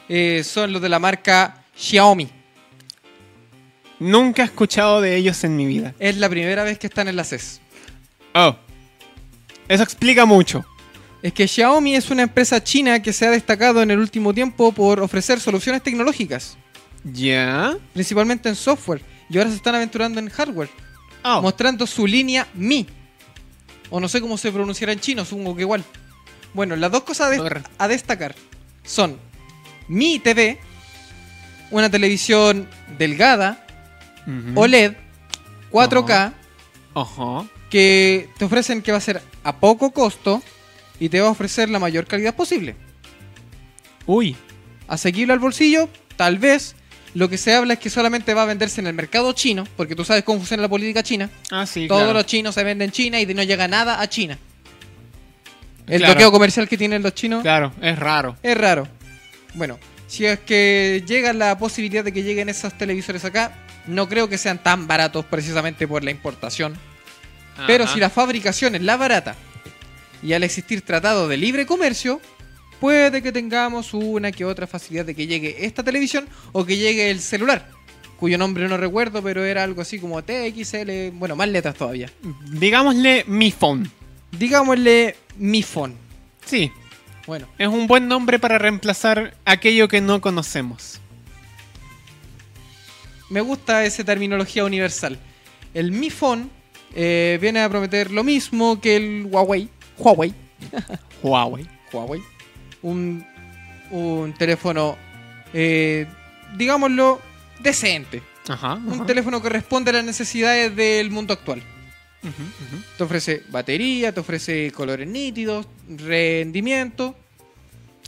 eh, son los de la marca Xiaomi.
Nunca he escuchado de ellos en mi vida.
Es la primera vez que están en la E CES.
Oh. Eso explica mucho.
Es que Xiaomi es una empresa china que se ha destacado en el último tiempo por ofrecer soluciones tecnológicas,
¿Ya?
principalmente en software, y ahora se están aventurando en hardware,
Oh.
mostrando su línea Mi. O no sé cómo se pronunciará en chino, supongo que igual. Bueno, las dos cosas a, des-
Brr.
a destacar son Mi TV, una televisión delgada, E
Ujú.
OLED, 4K,
Ajá.
que te ofrecen que va a ser a poco costo y te va a ofrecer la mayor calidad posible.
Uy.
Asequible al bolsillo, tal vez. Lo que se habla es que solamente va a venderse en el mercado chino, porque tú sabes cómo funciona la política china.
Ah, sí,
Todos
claro.
los chinos se venden en China y no llega nada a China. El
Claro.
bloqueo comercial que tienen los chinos
Claro, es raro.
es raro. Bueno, si es que llega la posibilidad de que lleguen esos televisores acá, no creo que sean tan baratos precisamente por la importación. Pero
Ajá.
si la fabricación es la barata y al existir tratado de libre comercio, puede que tengamos una que otra facilidad de que llegue esta televisión o que llegue el celular, cuyo nombre no recuerdo, pero era algo así como TXL, bueno, más letras todavía.
Digámosle mi phone.
Digámosle Mi Phone.
Sí,
Bueno,
es un buen nombre para reemplazar aquello que no conocemos.
me gusta esa terminología universal. El Mi Phone eh, viene a prometer lo mismo que el Huawei. Huawei.
Huawei.
Huawei. Un, un teléfono, eh, digámoslo, decente.
Ajá.
Un
ajá.
teléfono que responde a las necesidades del mundo actual.
Ujú, ujú.
Te ofrece batería, te ofrece colores nítidos, rendimiento.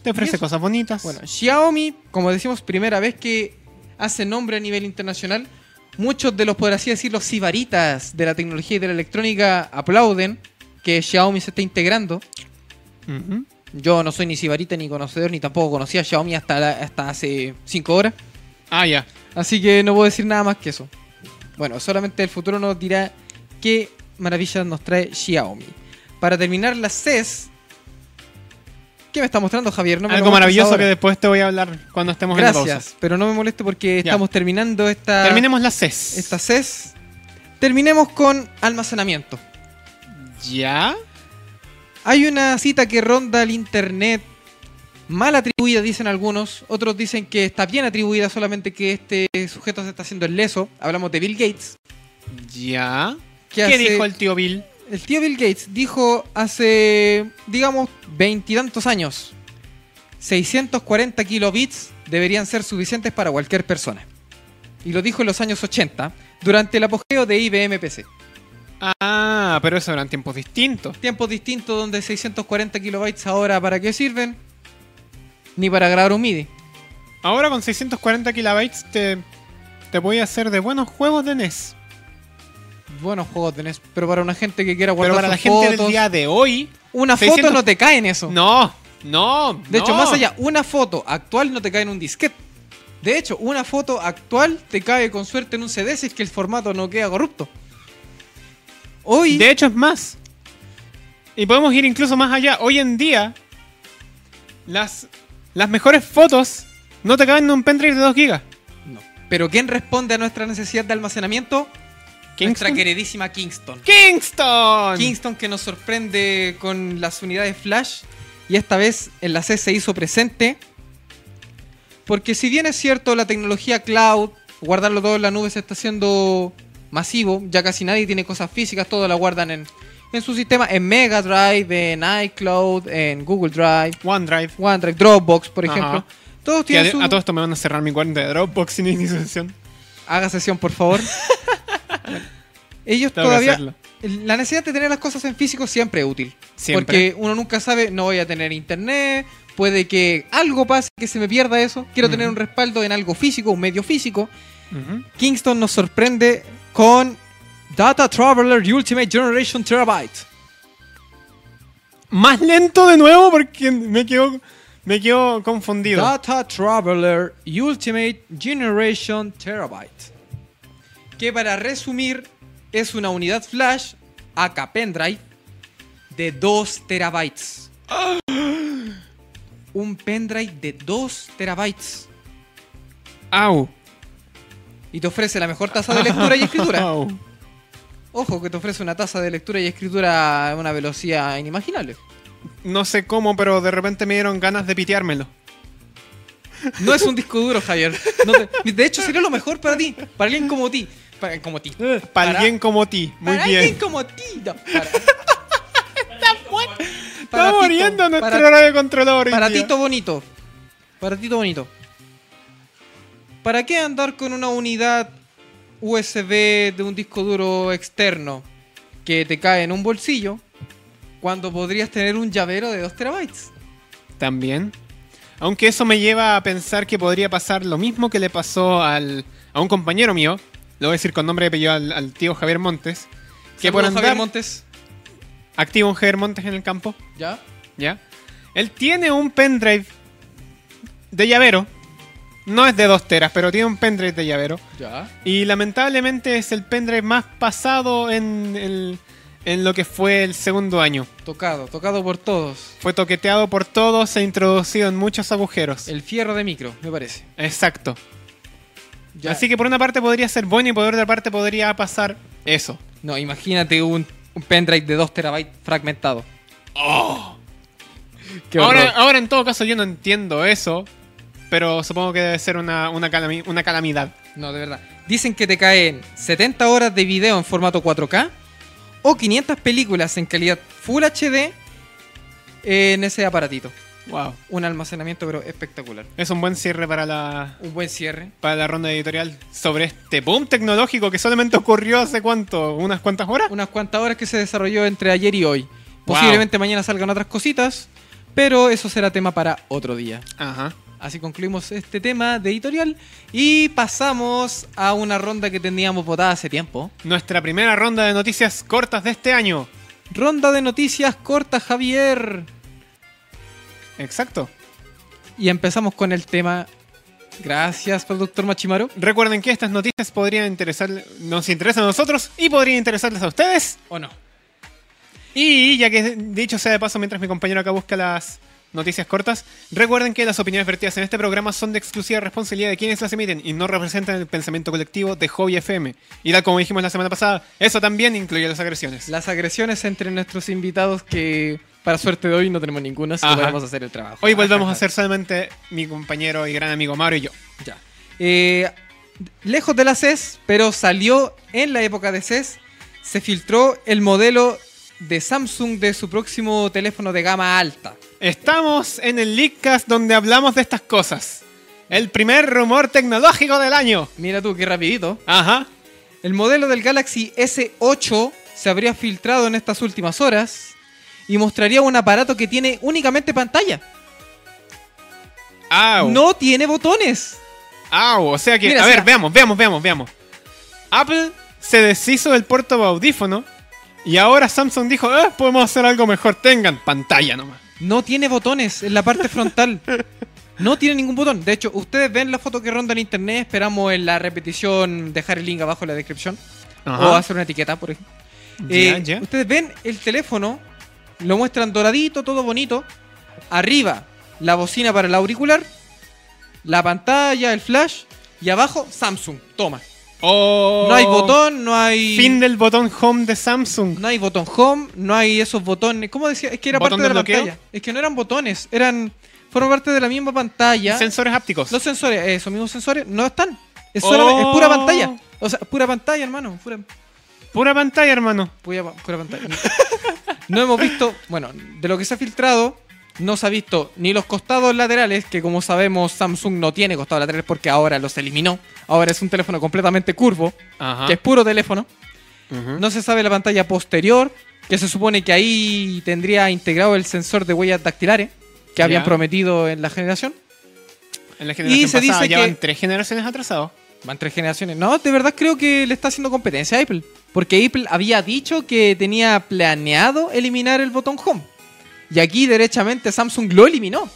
Te
¿Y
ofrece
eso?
cosas bonitas.
Bueno, Xiaomi, como decimos, primera vez que hace nombre a nivel internacional. Muchos de los, por así decirlo, sibaritas de la tecnología y de la electrónica aplauden que Xiaomi se está integrando.
Ujú.
Yo no soy ni sibarita ni conocedor, ni tampoco conocía a Xiaomi hasta, la- hasta hace 5 horas.
Ah, ya.
Así que no puedo decir nada más que eso. Bueno, solamente el futuro nos dirá qué maravillas nos trae Xiaomi. Para terminar la CES, ¿qué me está mostrando Javier? No me lo
Algo
muestres
maravilloso
ahora.
que después te voy a hablar cuando estemos en la pausa.
Gracias, pero no me moleste porque
Ya.
estamos terminando esta,
Terminemos la E CES.
esta CES. Terminemos con almacenamiento.
¿Ya?
Hay una cita que ronda el internet mal atribuida, dicen algunos. Otros dicen que está bien atribuida, solamente que este sujeto se está haciendo el leso. Hablamos de Bill Gates.
Ya.
que
¿Qué,
hace-
dijo el tío Bill?
El tío Bill Gates dijo hace, digamos, veintitantos años, 640 kilobits deberían ser suficientes para cualquier persona. Y lo dijo en los años 80, durante el apogeo de IBM PC.
Ah, pero eso eran tiempos distintos.
Tiempos distintos donde 640 kilobytes ahora, ¿para qué sirven? Ni para grabar un MIDI.
Ahora con 640 kilobytes te, te voy a hacer de buenos juegos de E NES.
Buenos juegos tenés, pero para una gente que quiera
Pero
guardar
para la
sus
gente del
fotos,
día de hoy,
una
600
foto no te cae en eso.
no, no.
De hecho,
no.
más allá, una foto actual no te cae en un disquete. De hecho, una foto actual te cae con suerte en un CD si es que el formato no queda corrupto. Hoy,
De hecho, es más. Y podemos ir incluso más allá. Hoy en día, las, las mejores fotos no te caben en un pendrive de 2 GB.
no. pero ¿quién responde a nuestra necesidad de almacenamiento? Nuestra
Kingston.
queridísima Kingston.
Kingston.
Kingston que nos sorprende con las unidades Flash y esta vez en la C se hizo presente. Porque si bien es cierto la tecnología cloud, guardarlo todo en la nube se está haciendo masivo, ya casi nadie tiene cosas físicas, todo la guardan en, en su sistema, en Mega Drive, en iCloud, en Google Drive,
OneDrive.
OneDrive, Dropbox, por
Ajá.
ejemplo. Todos
Que
tienen
a,
su...
a todo esto me van a cerrar mi cuenta de Dropbox sin iniciación.
Haga sesión,
[laughs]
por favor. Ellos
Tengo que
todavía...
hacerlo.
La necesidad de tener las cosas en físico siempre es útil.
Siempre.
Porque uno nunca sabe, no voy a tener internet, puede que algo pase, que se me pierda eso. Quiero tener
Ujú.
un respaldo en algo físico, un medio físico.
Ujú.
Kingston nos sorprende con Data Traveler Ultimate Generation Terabyte.
Más lento de nuevo porque me quedo, me quedo confundido.
Data Traveler Ultimate Generation Terabyte. Que para resumir, es una unidad flash, AK pendrive, de 2 terabytes. Un pendrive de 2 terabytes.
Au.
y te ofrece la mejor tasa de lectura y
[laughs]
escritura.
Au.
Ojo que te ofrece una tasa de lectura y escritura a una velocidad inimaginable.
No sé cómo, pero de repente me dieron ganas de piteármelo.
No es un disco duro, Javier. No te- de hecho, sería lo mejor para ti, para alguien como ti. Eh, Para, como ti.
Para, alguien como ti. Muy
para alguien
bien.
como ti. No, para, para [laughs]
Está
Tito,
muriendo nuestro
para-
horario controlador. hoy
Para
día.
Tito Bonito. Para Tito Bonito. ¿Para qué andar con una unidad USB de un disco duro externo que te cae en un bolsillo cuando podrías tener un llavero de 2 terabytes?
También. Aunque eso me lleva a pensar que podría pasar lo mismo que le pasó al, a un compañero mío. Lo voy a decir con nombre y apellido al, al tío Javier Montes. Que por
Saludos,
andar
Javier Montes.
activo un Javier Montes en el campo.
¿Ya?
¿Ya? Él tiene un pendrive de llavero. No es de 2 teras, pero tiene un pendrive de llavero.
Ya.
Y lamentablemente es el pendrive más pasado en, el- en lo que fue el segundo año.
Tocado, tocado por todos.
Fue toqueteado por todos e introducido en muchos agujeros.
El fierro de micro, me parece.
Exacto.
Ya.
Así que por una parte podría ser bueno y por otra parte podría pasar eso.
No, imagínate un, un pendrive de 2 terabytes fragmentado. Oh. Qué
Ahora,
horror.
ahora en todo caso yo no entiendo eso, pero supongo que debe ser una, una, calami- una calamidad.
No, de verdad. Dicen que te caen 70 horas de video en formato 4K o 500 películas en calidad Full HD en ese aparatito.
Wow.
Un almacenamiento, pero espectacular.
Es un buen cierre para la,
Un buen cierre.
para la ronda editorial sobre este boom tecnológico que solamente ocurrió hace cuánto, unas cuantas horas.
unas cuantas horas que se desarrolló entre ayer y hoy.
Wow.
Posiblemente mañana salgan otras cositas, pero eso será tema para otro día.
Ajá.
Así concluimos este tema de editorial y pasamos a una ronda que teníamos votada hace tiempo.
Nuestra primera ronda de noticias cortas de este año.
Ronda de noticias corta, Javier.
Exacto.
Y empezamos con el tema. Gracias, productor Machimaro.
Recuerden que estas noticias podrían interesar, nos interesan a nosotros y podrían interesarles a ustedes.
¿O no?
Y ya que dicho sea de paso, mientras mi compañero acá busca las noticias cortas, recuerden que las opiniones vertidas en este programa son de exclusiva responsabilidad de quienes las emiten y no representan el pensamiento colectivo de Hobby FM. Y tal como dijimos la semana pasada, eso también incluye las agresiones.
Las agresiones entre nuestros invitados que Para suerte de hoy no tenemos ninguna, así que
Ajá.
podemos hacer el trabajo.
Hoy volvemos a ser solamente mi compañero y gran amigo Mario y yo.
Ya. Eh, lejos de la CES, pero salió en la época de CES, se filtró el modelo de Samsung de su próximo teléfono de gama alta.
Estamos en el Leakcast donde hablamos de estas cosas. El primer rumor tecnológico del año.
Mira tú, qué rapidito.
Ajá.
El modelo del Galaxy S8 se habría filtrado en estas últimas horas y mostraría un aparato que tiene únicamente pantalla.
Au.
No tiene botones.
Au. Ah, O sea que,
Mira,
a ver,
mira.
veamos, veamos, veamos, veamos. Apple se deshizo del puerto de audífono y ahora Samsung dijo, "Ah, podemos hacer algo mejor, tengan pantalla nomás.
No tiene botones en la parte frontal. No tiene ningún botón. De hecho, ustedes ven la foto que ronda en internet. Esperamos en la repetición dejar el link abajo en la descripción. O hacer una etiqueta, por ejemplo.
Ya,
Eh,
ya.
Ustedes ven el teléfono. Lo muestran doradito, todo bonito. Arriba, la bocina para el auricular. La pantalla, el flash. Y abajo, Samsung. Toma.
Oh.
No hay botón, no hay...
Fin del botón home de Samsung.
No hay botón home, no hay esos botones. ¿Cómo decía? Es que era parte
¿Botón
de la
de bloqueo?
pantalla. Es que no eran botones, eran. Fueron parte de la misma pantalla.
Sensores hápticos.
Los sensores, eh, esos mismos sensores, no están. Es, solamente- es
Oh.
pura pantalla. O sea, pura pantalla, hermano. Pura,
Pura pantalla, hermano.
pura- pura pantalla. No hemos visto, bueno, de lo que se ha filtrado, no se ha visto ni los costados laterales, que como sabemos Samsung no tiene costados laterales porque ahora los eliminó. Ahora es un teléfono completamente curvo,
Ajá.
que es puro teléfono.
Ujú.
No se sabe la pantalla posterior, que se supone que ahí tendría integrado el sensor de huellas dactilares que habían
Ya.
prometido en la generación.
En la generación
Y se
pasada
dice
ya
que-
van tres generaciones atrasados.
Van tres generaciones. No, de verdad creo que le está haciendo competencia a Apple. Porque Apple había dicho que tenía planeado eliminar el botón Home. Y aquí, derechamente, Samsung lo eliminó.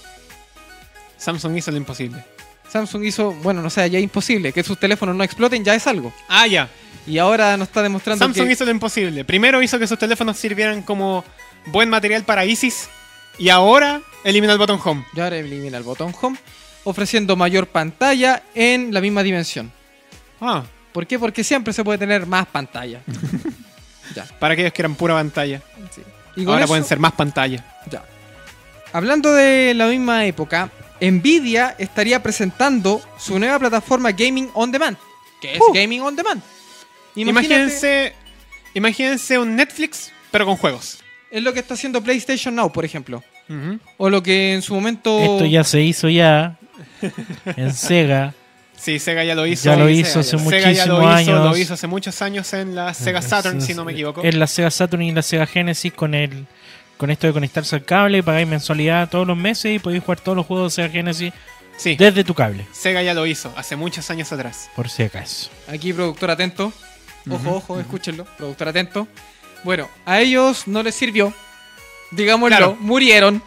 Samsung hizo lo imposible.
Samsung hizo, bueno, no sé, ya es imposible. Que sus teléfonos no exploten ya es algo.
Ah, ya.
Y ahora nos está demostrando
Samsung
que...
hizo lo imposible. Primero hizo que sus teléfonos sirvieran como buen material para ISIS y ahora elimina el botón home.
Y ahora elimina el botón Home, ofreciendo mayor pantalla en la misma dimensión.
Ah,
¿Por qué? Porque siempre se puede tener más pantalla. ya,
para aquellos que eran pura pantalla.
sí. Y con
Ahora
eso-
pueden ser más pantalla.
ya. Hablando de la misma época, Nvidia estaría presentando su nueva plataforma Gaming On Demand. Que es
Uh.
Gaming On Demand.
Uh,
Imagínate-
Imagínense, imagínense un Netflix, pero con juegos.
Es lo que está haciendo PlayStation Now, por ejemplo.
Ujú.
O lo que en su momento...
Esto ya se hizo ya en Sega.
Sí, Sega ya lo hizo.
ya lo
Sí,
hizo hace
Sega, ya lo
muchísimos
hizo,
años. Eh,
lo hizo hace muchos años en la [laughs] Sega Saturn, si no me equivoco.
En la Sega Saturn y la Sega Genesis con el con esto de conectarse al cable, pagáis mensualidad todos los meses y podéis jugar todos los juegos de Sega Genesis
Sí,
desde tu cable,
Sega ya lo hizo hace muchos años atrás.
por si acaso.
Aquí, productor atento. Ojo,
Ujú,
ojo, escúchenlo. Productor atento. Bueno, a ellos no les sirvió. Digámoslo,
Claro.
murieron.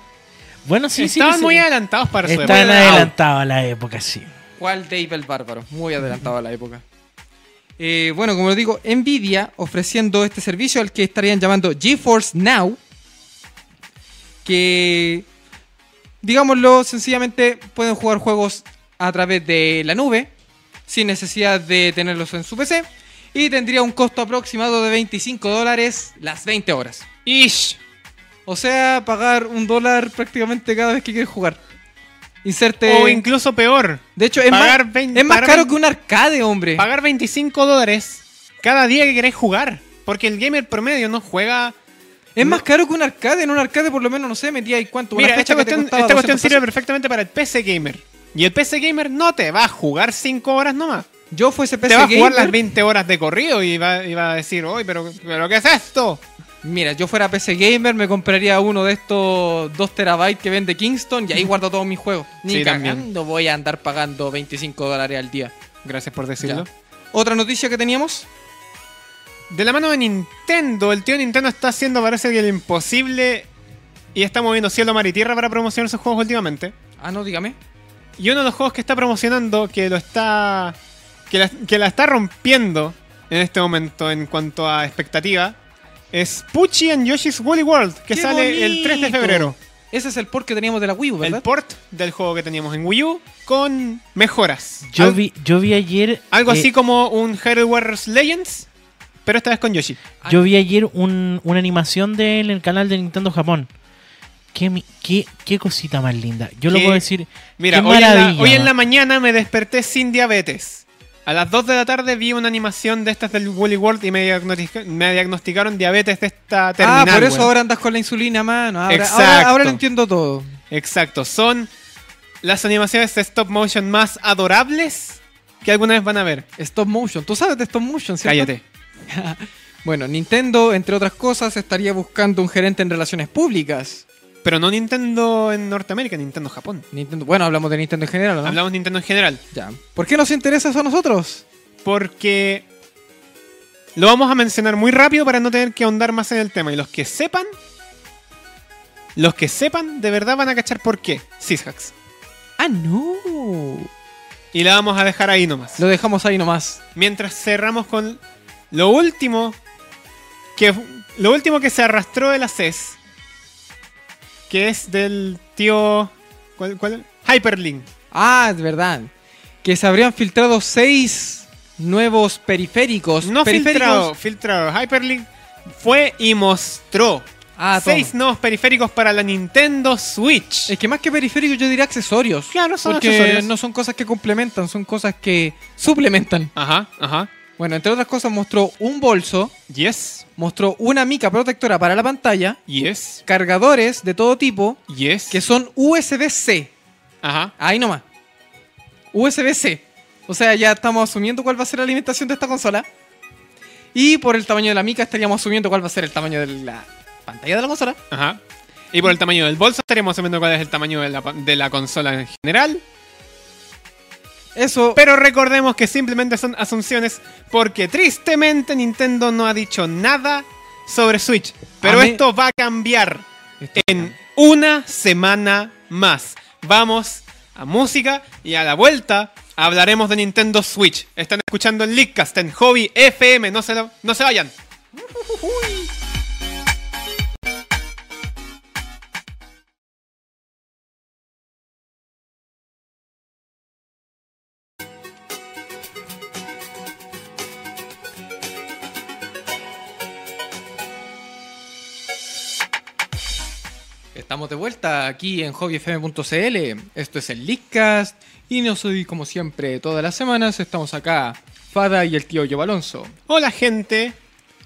Bueno, sí, sí.
Estaban
sí,
muy adelantados para su
Estaban
época.
adelantados a la época, sí.
¿Cuál Dave el Bárbaro? Muy adelantado a la época. Eh, bueno, como lo digo, Nvidia ofreciendo este servicio al que estarían llamando GeForce Now. Que, digámoslo, sencillamente pueden jugar juegos a través de la nube, sin necesidad de tenerlos en su PC. Y tendría un costo aproximado de 25 dólares las 20 horas.
Ish.
O sea, pagar un dólar prácticamente cada vez que quieres jugar. Inserte.
O incluso peor,
De hecho, es,
Pagar
más,
vein-
es más
pagar
caro
vein-
que un arcade, hombre.
pagar 25 dólares cada día que querés jugar. Porque el gamer promedio no juega.
Es más caro que un arcade. En un arcade, por lo menos, no sé, metía ahí cuánto. Una
Mira,
fecha
esta
que te
cuestión,
costaba
esta cuestión
200
sirve
pesos.
perfectamente para el PC gamer. Y el PC gamer no te va a jugar 5 horas nomás.
Yo fuese PC
te va a
gamer.
jugar las 20 horas de corrido y va, y va a decir, oye, pero, pero ¿qué es esto?
Mira, yo fuera PC gamer, me compraría uno de estos 2 terabytes que vende Kingston y ahí guardo todos mis
[laughs]
juegos. Ni
Sí, también.
cagando voy a andar pagando 25 dólares al día.
Gracias por
Ya.
decirlo.
Otra noticia que teníamos.
De la mano de Nintendo, el tío Nintendo está haciendo, parece que el imposible. Y está moviendo cielo, mar y tierra para promocionar sus juegos últimamente.
Ah, no, dígame.
Y uno de los juegos que está promocionando, que lo está. que la, que la está rompiendo en este momento en cuanto a expectativa, es Pucci and Yoshi's Woolly World, que
¡Qué
sale el 3 de
bonito!
febrero.
Ese es el port que teníamos de la Wii U, ¿verdad?
El port del juego que teníamos en Wii U con mejoras.
Yo
Al-
vi, yo vi ayer.
algo
eh,
así como un Hyrule Warriors Legends, pero esta vez con Yoshi.
Yo vi ayer un- una animación de él en el canal de Nintendo Japón. Qué, mi- qué, qué cosita más linda. Yo lo
Qué-
puedo decir.
Mira,
qué
hoy en, la,
maravilla.
hoy en la mañana me desperté sin diabetes. A las 2 de la tarde vi una animación de estas del Woolly World y me, diagnostica- me diagnosticaron diabetes de esta terminal.
ah, por eso
weón.
ahora andas con la insulina, mano. Ahora,
Exacto.
ahora, ahora lo entiendo todo.
Exacto, son las animaciones de stop motion más adorables que alguna vez van a ver.
Stop motion. Tú sabes de stop motion, ¿cierto?
Cállate.
Bueno, Nintendo, entre otras cosas, estaría buscando un gerente en relaciones públicas.
Pero no Nintendo en Norteamérica, Nintendo Japón.
Nintendo, bueno, hablamos de Nintendo en general, ¿o ¿no?
Hablamos Nintendo en general.
Ya. ¿Por qué nos interesa eso a nosotros?
Porque lo vamos a mencionar muy rápido para no tener que ahondar más en el tema. Y los que sepan, los que sepan, de verdad van a cachar por qué. Sishacks.
Ah, no.
Y la vamos a dejar ahí nomás.
Lo dejamos ahí nomás.
Mientras cerramos con lo último que lo último que se arrastró de la CES, que es del tío ¿cuál, cuál? Hyperlink.
Ah, es verdad. Que se habrían filtrado seis nuevos periféricos.
No
Periféricos-
filtrado, filtrado. Hyperlink fue y mostró
Ah, toma.
seis nuevos periféricos para la Nintendo Switch.
Es que más que periféricos yo diría accesorios.
Claro, son
porque
accesorios.
no son cosas que complementan, son cosas que suplementan.
Ajá, ajá.
Bueno, entre otras cosas mostró un bolso,
Yes,
mostró una mica protectora para la pantalla,
yes,
cargadores de todo tipo
yes.
que son USB-C.
Ajá.
Ahí nomás. USB-C. O sea, ya estamos asumiendo cuál va a ser la alimentación de esta consola. Y por el tamaño de la mica estaríamos asumiendo cuál va a ser el tamaño de la pantalla de la consola.
Ajá. Y por el tamaño del bolso estaremos sabiendo cuál es el tamaño de la, pa- de la consola en general.
Eso
Pero recordemos que simplemente son asunciones porque tristemente Nintendo no ha dicho nada sobre Switch. Pero
A mí-
esto va a cambiar
Esto
en una semana más. Vamos a música y a la vuelta hablaremos de Nintendo Switch. Están escuchando el Leakcast en Hobby FM. No se, lo- no se vayan.
Estamos de vuelta aquí en hobbyfm.cl. Esto es el Leakcast. Y no soy como siempre, todas las semanas estamos acá, Fada y el tío Yo Alonso.
Hola gente,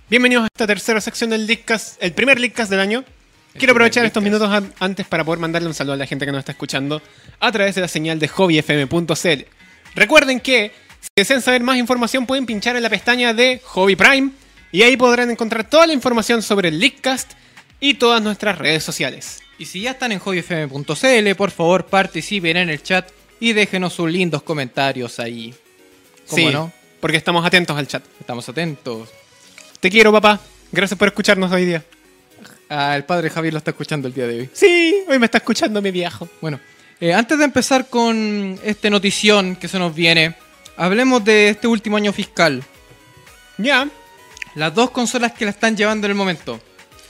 bienvenidos a esta tercera sección del Leakcast, el primer Leakcast del año. Quiero
Este primer
aprovechar estos minutos an- antes para poder mandarle un saludo a la gente que nos está escuchando a través de la señal de hobbyfm.cl. Recuerden que si desean saber más información pueden pinchar en la pestaña de Hobby Prime y ahí podrán encontrar toda la información sobre el Leakcast y todas nuestras redes sociales.
Y si ya están en hobbyfm.cl, por favor participen en el chat y déjenos sus lindos comentarios ahí. ¿Cómo
sí,
no?
porque estamos atentos al chat.
Estamos atentos.
Te quiero papá, gracias por escucharnos hoy día.
Ah, el padre Javier lo está escuchando el día de hoy.
Sí, hoy me está escuchando mi viejo.
Bueno, eh, antes de empezar con este notición que se nos viene, hablemos de este último año fiscal.
Ya,
Las dos consolas que la están llevando en el momento.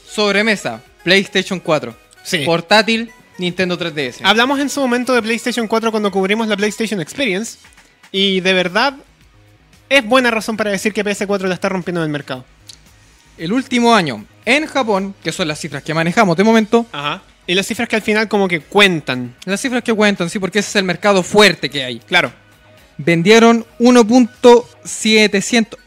Sobremesa, PlayStation 4.
Sí. Ah.
Portátil, Nintendo 3DS.
Hablamos en su momento de PlayStation 4 cuando cubrimos la PlayStation Experience. Y de verdad, es buena razón para decir que PS4 la está rompiendo en el mercado.
El último año, en Japón, que son las cifras que manejamos de momento,
Ajá. Y las cifras que al final como que cuentan.
las cifras que cuentan, sí, porque ese es el mercado fuerte que hay.
Claro.
Vendieron 1.700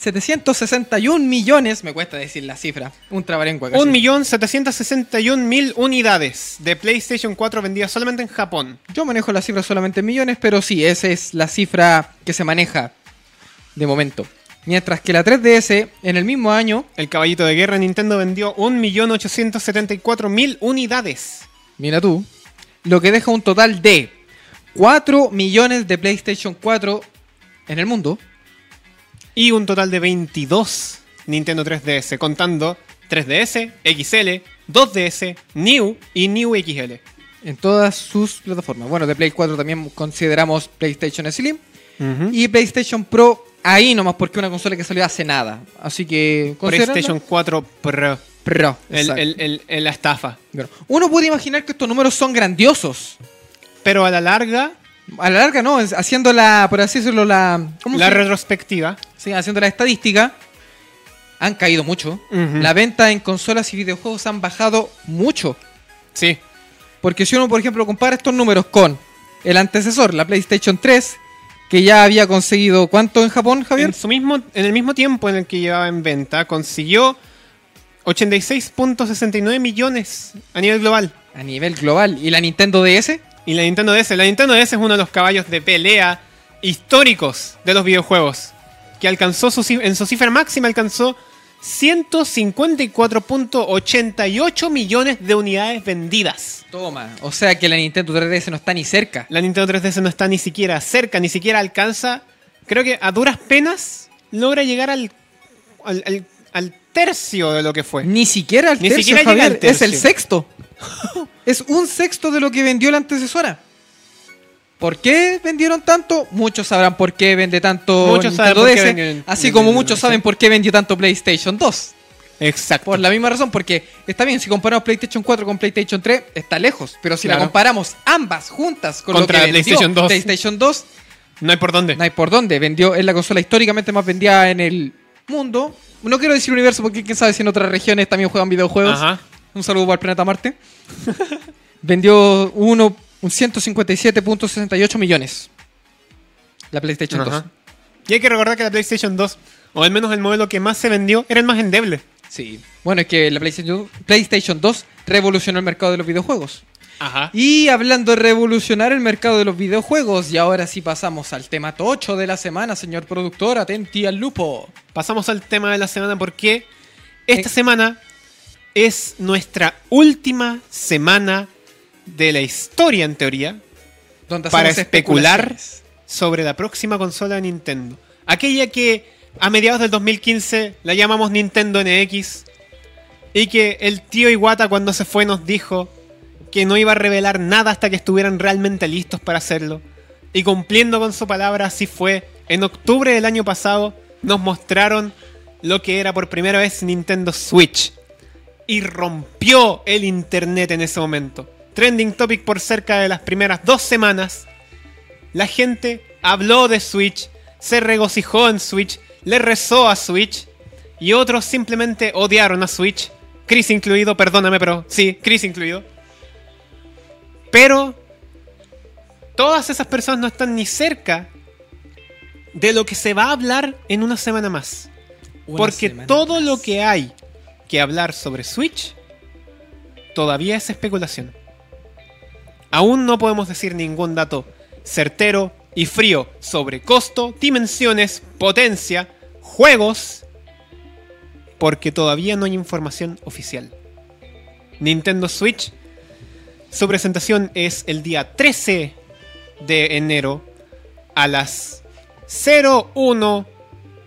1.761 millones, me cuesta decir la cifra, un trabalengua casi.
1.761.000 unidades de PlayStation 4 vendidas solamente en Japón.
Yo manejo la cifra solamente en millones, pero sí, esa es la cifra que se maneja de momento. Mientras que la 3DS en el mismo año,
El caballito de guerra Nintendo vendió 1.874.000 unidades.
mira tú, lo que deja un total de 4 millones de PlayStation 4 en el mundo.
Y un total de 22 Nintendo 3DS, contando 3DS, XL, 2DS, New y New XL.
En todas sus plataformas. Bueno, de Play 4 también consideramos PlayStation Slim. Y PlayStation Pro ahí nomás, porque es una consola que salió hace nada. Así que... considerando-
PlayStation 4 Pro.
Pro.
El,
exacto.
el- el- el- la estafa.
Bueno, Uno puede imaginar que estos números son grandiosos.
Pero a la larga,
A la larga, no, es- haciendo la, por así decirlo, la. ¿cómo
la
se-
retrospectiva.
sí, haciendo la estadística, han caído mucho.
Ujú.
La venta en consolas y videojuegos han bajado mucho.
Sí.
Porque si uno, por ejemplo, compara estos números con el antecesor, la PlayStation 3, que ya había conseguido cuánto en Japón,
En,
Javier?
su mismo, en el mismo tiempo en el que llevaba en venta, consiguió 86.69 millones a nivel global.
A nivel global. ¿Y la Nintendo DS?
Y la Nintendo DS. La Nintendo DS es uno de los caballos de pelea históricos de los videojuegos. Que alcanzó su, ci- en su cifra máxima alcanzó 154.88 millones de unidades vendidas.
Toma. O sea que la Nintendo 3DS no está ni cerca.
La Nintendo 3DS no está ni siquiera cerca, ni siquiera alcanza. Creo que a duras penas logra llegar al, al, al- al tercio de lo que fue.
Ni siquiera al
Pues, Ni
tercio,
siquiera llega
Javier.
al tercio.
Es el sexto. [laughs] es un sexto de lo que vendió la antecesora. ¿Por qué vendieron tanto? Muchos sabrán por qué vende tanto
Muchos saben
Nintendo
por qué
DS,
vendió-
así como
vendió-
muchos saben por qué vendió tanto PlayStation 2.
Exacto.
Por la misma razón, porque está bien, si comparamos PlayStation 4 con PlayStation 3, está lejos. Pero si la
Claro.
comparamos ambas juntas con
Contra
lo que vendió
PlayStation 2.
PlayStation 2,
No hay por dónde.
no hay por dónde. Vendió, es la consola históricamente más vendida en el mundo. No quiero decir universo porque quién sabe si en otras regiones también juegan videojuegos.
Ajá.
Un saludo para el planeta Marte. [laughs] Vendió uno, un 157.68 millones. La PlayStation 2.
Ajá. Y hay que recordar que la PlayStation 2, o al menos el modelo que más se vendió, era el más endeble.
Sí. Bueno, es que la PlayStation, PlayStation 2 revolucionó el mercado de los videojuegos.
Ajá.
Y hablando de revolucionar el mercado de los videojuegos, y ahora sí pasamos al tema 8 de la semana, señor productor, atenti al lupo.
Pasamos al tema de la semana porque esta
Eh.
semana es nuestra última semana de la historia, en teoría,
Donde
Para
hacemos
especular.
especulaciones.
sobre la próxima consola de Nintendo. Aquella que a mediados del 2015 la llamamos Nintendo NX y que el tío Iwata cuando se fue nos dijo que no iba a revelar nada hasta que estuvieran realmente listos para hacerlo. Y cumpliendo con su palabra, así fue. En octubre del año pasado nos mostraron lo que era por primera vez Nintendo Switch. Y rompió el internet en ese momento. Trending topic por cerca de las primeras dos semanas. La gente habló de Switch, se regocijó en Switch, le rezó a Switch y otros simplemente odiaron a Switch. Chris incluido, perdóname, pero sí, Chris incluido. Pero todas esas personas no están ni cerca de lo que se va a hablar en una semana más.
Una
porque
semana
todo
más.
lo que hay que hablar sobre Switch todavía es especulación. Aún no podemos decir ningún dato certero y frío sobre costo, dimensiones, potencia, juegos, porque todavía no hay información oficial. Nintendo Switch, su presentación es el día 13 de enero a las 01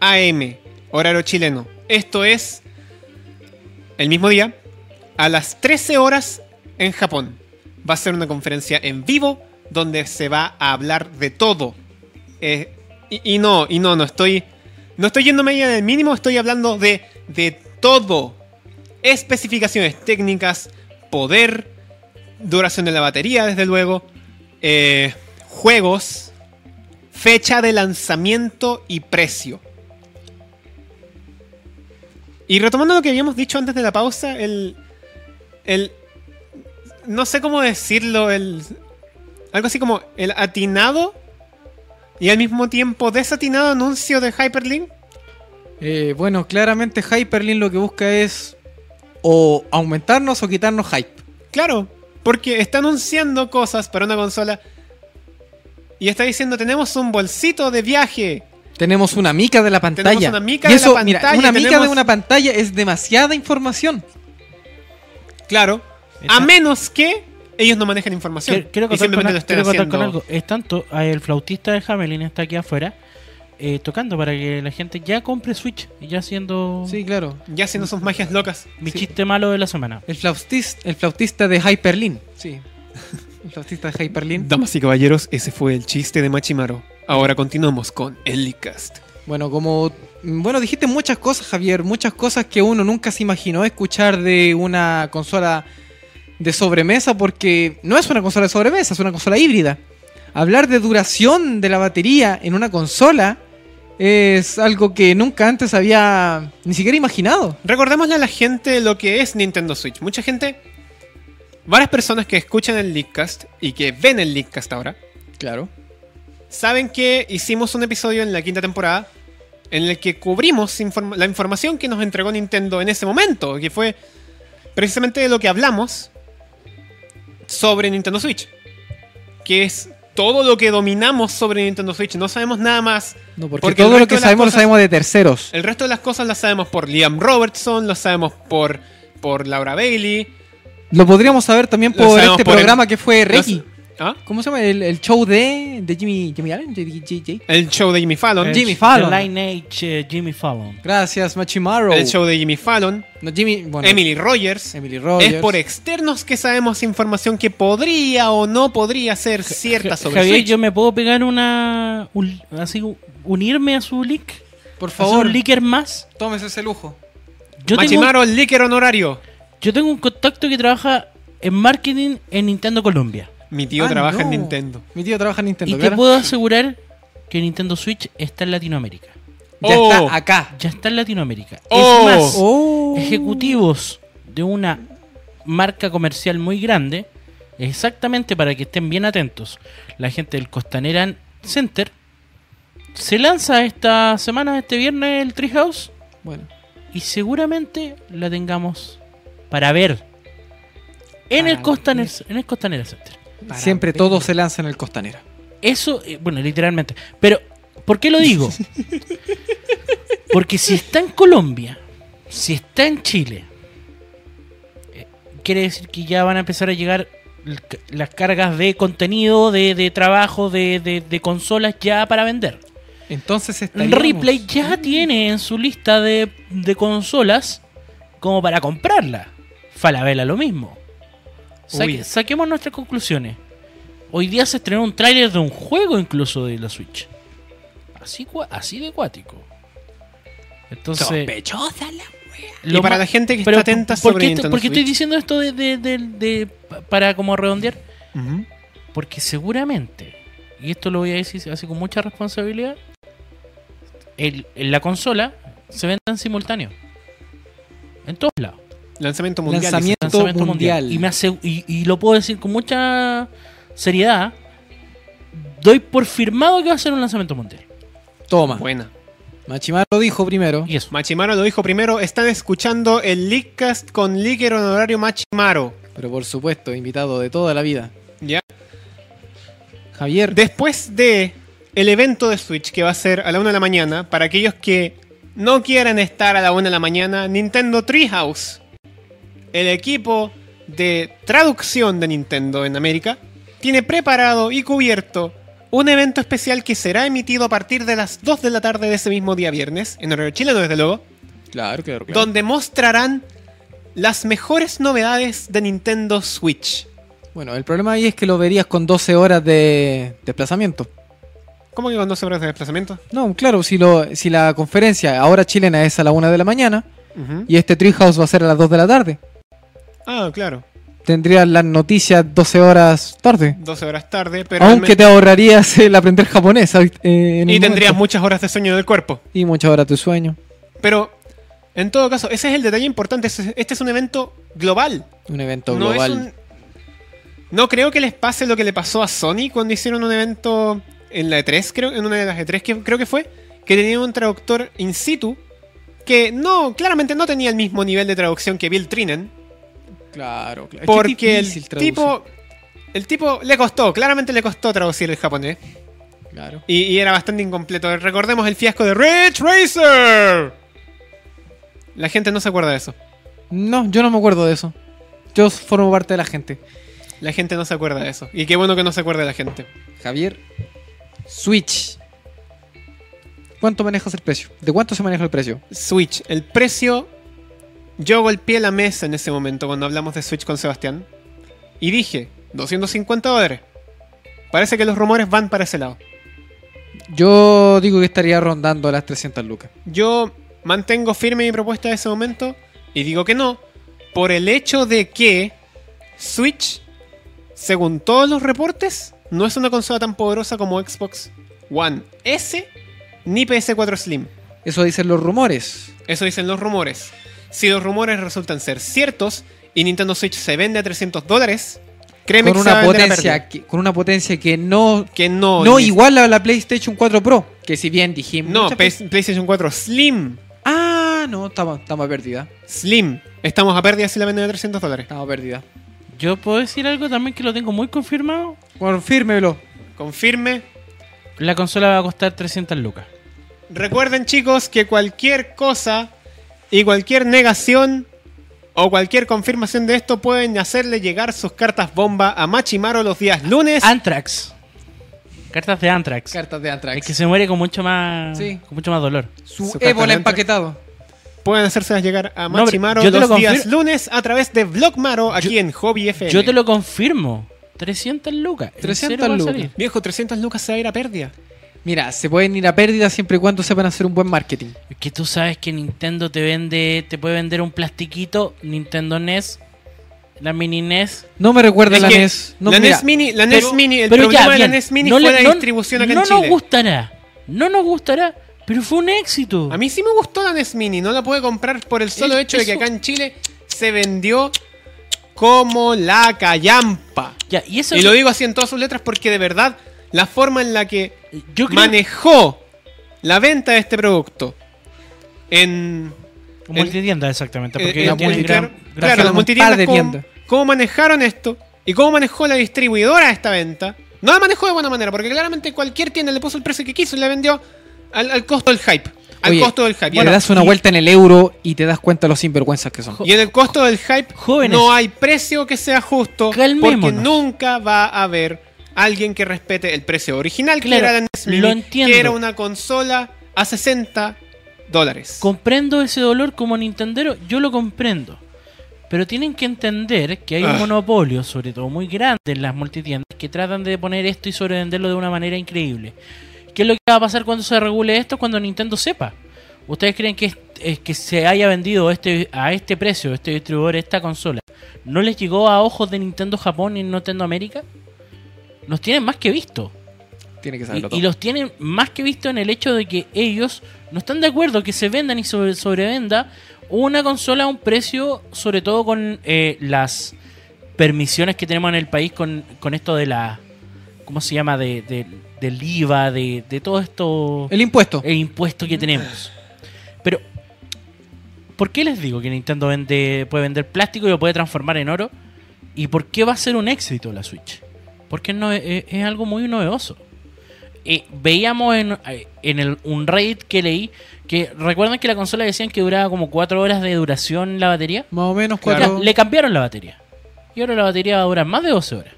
AM, horario chileno. Esto es el mismo día, a las 13 horas en Japón. Va a ser una conferencia en vivo donde se va a hablar de todo. Eh, y, y no, y no, no estoy. No estoy yéndome ahí en el mínimo, estoy hablando de, de todo. Especificaciones técnicas, poder, duración de la batería, desde luego, eh, juegos, fecha de lanzamiento y precio. Y retomando lo que habíamos dicho antes de la pausa, el. El. No sé cómo decirlo, el. Algo así como el atinado y al mismo tiempo desatinado anuncio de Hyperlink.
Eh, bueno, claramente Hyperlink lo que busca es o aumentarnos o quitarnos hype.
Claro, porque está anunciando cosas para una consola y está diciendo: Tenemos un bolsito de viaje.
Tenemos una mica de la pantalla.
una mica
Y
de la
eso, mira,
pantalla,
una mica de
tenemos-
una pantalla es demasiada información.
Claro, a
Está-
menos que ellos no manejen información.
Quiero, quiero
y
contar, con,
simplemente lo
al-
estén
quiero contar con
haciendo.
algo. Es tanto, ah, el flautista de Hamelin está aquí afuera eh, tocando para que la gente ya compre Switch, ya haciendo
Sí, claro.
Ya haciendo sus magias locas.
mi
sí.
chiste malo de la semana.
El flautista, el flautista de Hyperlink. Sí. [laughs] El flautista de Hyperlink.
Damas y caballeros, ese fue el chiste de Machimaro. Ahora continuamos con Elicast.
Bueno, como bueno, dijiste muchas cosas, Javier, muchas cosas que uno nunca se imaginó escuchar de una consola de sobremesa porque no es una consola de sobremesa, es una consola híbrida. Hablar de duración de la batería en una consola es algo que nunca antes había ni siquiera imaginado.
Recordémosle a la gente lo que es Nintendo Switch. Mucha gente varias personas que escuchan el Leakcast y que ven el Leakcast ahora,
Claro.
saben que hicimos un episodio en la quinta temporada en el que cubrimos inform- la información que nos entregó Nintendo en ese momento, que fue precisamente de lo que hablamos sobre Nintendo Switch, que es todo lo que dominamos sobre Nintendo Switch, no sabemos nada más.
No, porque,
porque el
todo lo
resto
que
de las
sabemos lo
cosas-
sabemos de terceros.
El resto de las cosas las sabemos por Liam Robertson, las sabemos por, por Laura Bailey.
Lo podríamos saber también
Lo
por
sabemos
este
por el-
programa que fue
las-
Reiki.
¿Ah?
¿Cómo se llama? El, el show de, de Jimmy, Jimmy Allen. J- J- J-
El show de Jimmy Fallon.
Jimmy
The
Fallon.
Lineage eh, Jimmy Fallon.
Gracias, Machimaro.
El show de Jimmy Fallon.
No, Jimmy, bueno,
Emily Rogers.
Emily Rogers.
Es por externos que sabemos información que podría o no podría ser cierta sobre
Javier,
Switch.
yo me puedo pegar una. un- así, unirme a su leak.
Por
¿Hacer
favor,
un leaker más.
tómese ese lujo.
Yo tengo,
Machimaro, el líquido honorario.
yo tengo un contacto que trabaja en marketing en Nintendo Colombia.
Mi tío
Ah,
trabaja en
no.
Nintendo.
Mi tío trabaja en Nintendo.
y te
claro.
puedo asegurar que Nintendo Switch está en Latinoamérica.
Ya
Oh.
está acá.
Ya está en Latinoamérica.
Oh.
Es más,
Oh.
ejecutivos de una marca comercial muy grande, exactamente para que estén bien atentos, la gente del Costanera Center, se lanza esta semana, este viernes, el Treehouse
Bueno,
y seguramente la tengamos para ver en,
Para
el, Costanera,
ver.
en el Costanera Center.
Para
siempre
ver.
todo se lanza en el costanero.
Eso, eh, bueno, literalmente. Pero, ¿por qué lo digo? Porque si está en Colombia, si está en Chile, eh, quiere decir que ya van a empezar a llegar l- ca- las cargas de contenido, de, de trabajo, de, de- de consolas ya para vender.
Entonces estaríamos...
Replay ya tiene en su lista de, de consolas como para comprarla. Falabella lo mismo. Saque-
Uy.
saquemos nuestras conclusiones. Hoy día se estrenó un tráiler de un juego incluso de la Switch. Así, cua- así de cuático. Entonces,
Sospechosa la-
Y para la gente que está atenta sobre
¿por, qué, esto-
Nintendo
por qué estoy
Switch.
diciendo esto de, de- de- de- pa- para como redondear?
Ujú.
Porque seguramente, y esto lo voy a decir así con mucha responsabilidad, el- en la consola se vende en simultáneo. En todos lados.
Lanzamiento mundial. dice.
Lanzamiento.
Lanzamiento mundial.
mundial.
Y, me asegu- y- y lo puedo decir con mucha seriedad. Doy por firmado que va a ser un lanzamiento mundial.
Toma.
Buena.
Machimaro lo dijo primero.
Y eso.
Machimaro lo dijo primero. Están escuchando el Leakcast con líquido honorario Machimaro.
Pero por supuesto, invitado de toda la vida.
¿Ya?
Javier.
Después de el evento de Switch que va a ser a la 1 de la mañana, para aquellos que no quieran estar a la 1 de la mañana, Nintendo Treehouse, el equipo de traducción de Nintendo en América, tiene preparado y cubierto un evento especial que será emitido a partir de las 2 de la tarde de ese mismo día viernes, en horario chileno desde luego,
Claro, claro, claro.
donde mostrarán las mejores novedades de Nintendo Switch.
Bueno, el problema ahí es que lo verías con 12 horas de desplazamiento.
¿Cómo que con 12 horas de desplazamiento?
No, claro, si, lo, si la conferencia ahora chilena es a la 1 de la mañana
Ujú.
y este Treehouse va a ser a las 2 de la tarde,
Ah, claro.
tendrías las noticias 12 horas tarde.
12 horas tarde, pero
Aunque
realmente-
te ahorrarías el aprender japonés. ¿sabes? Eh, en
y
el
tendrías
momento.
muchas horas de sueño del cuerpo.
Y muchas horas de sueño.
Pero en todo caso, ese es el detalle importante. Ese- Este es un evento global.
Un evento
no es
global.
un- No creo que les pase lo que le pasó a Sony cuando hicieron un evento en la E3, creo, en una de las E3 que creo que fue, que tenía un traductor in situ que no, claramente no tenía el mismo nivel de traducción que Bill Trinan,
Claro, claro. Es que es
porque el
difícil traducir.
tipo el tipo le costó, claramente le costó traducir el japonés.
Claro.
Y, y era bastante incompleto. Recordemos el fiasco de Rich Racer. La gente no se acuerda de eso.
No, yo no me acuerdo de eso. Yo formo parte de la gente.
La gente no se acuerda de eso. Y qué bueno que no se acuerde la gente.
Javier, Switch. ¿Cuánto manejas el precio? ¿De cuánto se maneja el precio?
Switch, el precio. Yo golpeé la mesa en ese momento cuando hablamos de Switch con Sebastián. Y dije, 250 dólares. Parece que los rumores van para ese lado.
Yo digo que estaría rondando las 300 lucas.
Yo mantengo firme mi propuesta de ese momento y digo que no, por el hecho de que Switch, según todos los reportes, no es una consola tan poderosa como Xbox One S ni PS4 Slim.
Eso dicen los rumores.
Eso dicen los rumores. Si los rumores resultan ser ciertos, y Nintendo Switch se vende a 300 dólares, créeme
con
que se va a
una
vender a pérdida.
potencia que, con una potencia que no
que no.
no
ni-
igual a la PlayStation 4 Pro, que si bien dijimos
No, pues-
muchas
Play-
veces-
PlayStation 4 Slim.
ah, no, estamos estamos perdida,
Slim. Estamos a pérdida si la venden a 300 dólares.
estamos perdida.
Yo puedo decir algo también que lo tengo muy confirmado.
Confírmelo.
Confirme.
La consola va a costar 300 lucas.
Recuerden, chicos, que cualquier cosa y cualquier negación o cualquier confirmación de esto pueden hacerle llegar sus cartas bomba a Machimaro los días lunes.
Ah, Antrax. Cartas de Antrax.
Cartas de Antrax.
Es que se muere con mucho más
Sí.
con mucho más dolor.
Su
Su carta
ébola
de Antrax.
empaquetado.
Pueden hacérselas llegar a
No, pero
Machimaro
yo te lo
los días
confir-
lunes a través de Vlogmaro aquí en Hobby FM.
Yo te lo confirmo. 300 lucas. ¿En
300
serio va a
lucas.
salir?
Viejo, 300 lucas se va a ir a pérdida.
Mira, se pueden ir a pérdida siempre y cuando sepan hacer un buen marketing.
Es que tú sabes que Nintendo te vende, te puede vender un plastiquito Nintendo NES, la mini NES.
No me recuerda
Es
la
que
E
NES. No,
la E
mira,
NES Mini, la
Pero-
NES Mini, el
pero ya,
problema de la
bien,
NES Mini
no
fue
le-
la
no-
distribución acá
no
en Chile.
nos gustará, no nos gustará, pero fue un éxito.
A mí sí me gustó la NES Mini, no la pude comprar por el solo
Es-
hecho de que
eso-
acá en Chile se vendió como la callampa.
Ya, y eso
Y
es-
lo digo así en todas sus letras porque de verdad la forma en la que
yo creo-
manejó la venta de este producto en
Como multitienda, exactamente.
eh,
Porque
en-
ya
en-
tienen gran-
claro,
gran-
claro,
gran-
las
un
multitiendas
par de
cómo-
tiendas.
cómo manejaron esto y cómo manejó la distribuidora esta venta. No la manejó de buena manera porque claramente cualquier tienda le puso el precio que quiso y la vendió al, al costo del hype, al
Oye,
costo del hype.
le das una
y-
vuelta en el euro y te das cuenta los sinvergüenzas que son.
Jo-
Y en el costo del hype
Jóvenes.
no hay precio que sea justo porque
Calmémonos.
nunca va a haber alguien que respete el precio original que
Claro,
era la NES Mini,
lo entiendo.
que era una consola a 60 dólares.
Comprendo ese dolor como Nintendero, yo lo comprendo. Pero tienen que entender que hay un
Ah.
monopolio, sobre todo muy grande en las multitiendas, que tratan de poner esto y sobrevenderlo de una manera increíble. ¿Qué es lo que va a pasar cuando se regule esto? Cuando Nintendo sepa. ¿Ustedes creen que, es- es que se haya vendido este, a este precio, este distribuidor, esta consola? ¿No les llegó a ojos de Nintendo Japón y Nintendo América? Los tienen más que visto.
Tiene que
Y,
saberlo
y
todo.
los tienen más que visto en el hecho de que ellos no están de acuerdo que se vendan y sobre- sobrevenda una consola a un precio, sobre todo con eh, las permisiones que tenemos en el país con, con esto de la. ¿Cómo se llama? De, de- del IVA, de, de todo esto.
El impuesto.
Eh,
El impuesto que tenemos. Pero, ¿por qué les digo que Nintendo vende, puede vender plástico y lo puede transformar en oro? ¿Y por qué va a ser un éxito la Switch? Porque no, es, es algo muy novedoso. Eh, veíamos en, eh, en el, un Reddit que leí que recuerdan que la consola decían que duraba como 4 horas de duración la batería.
Más o menos
Ya,
cuatro,
le cambiaron la batería. Y ahora la batería va a durar más de 12 horas.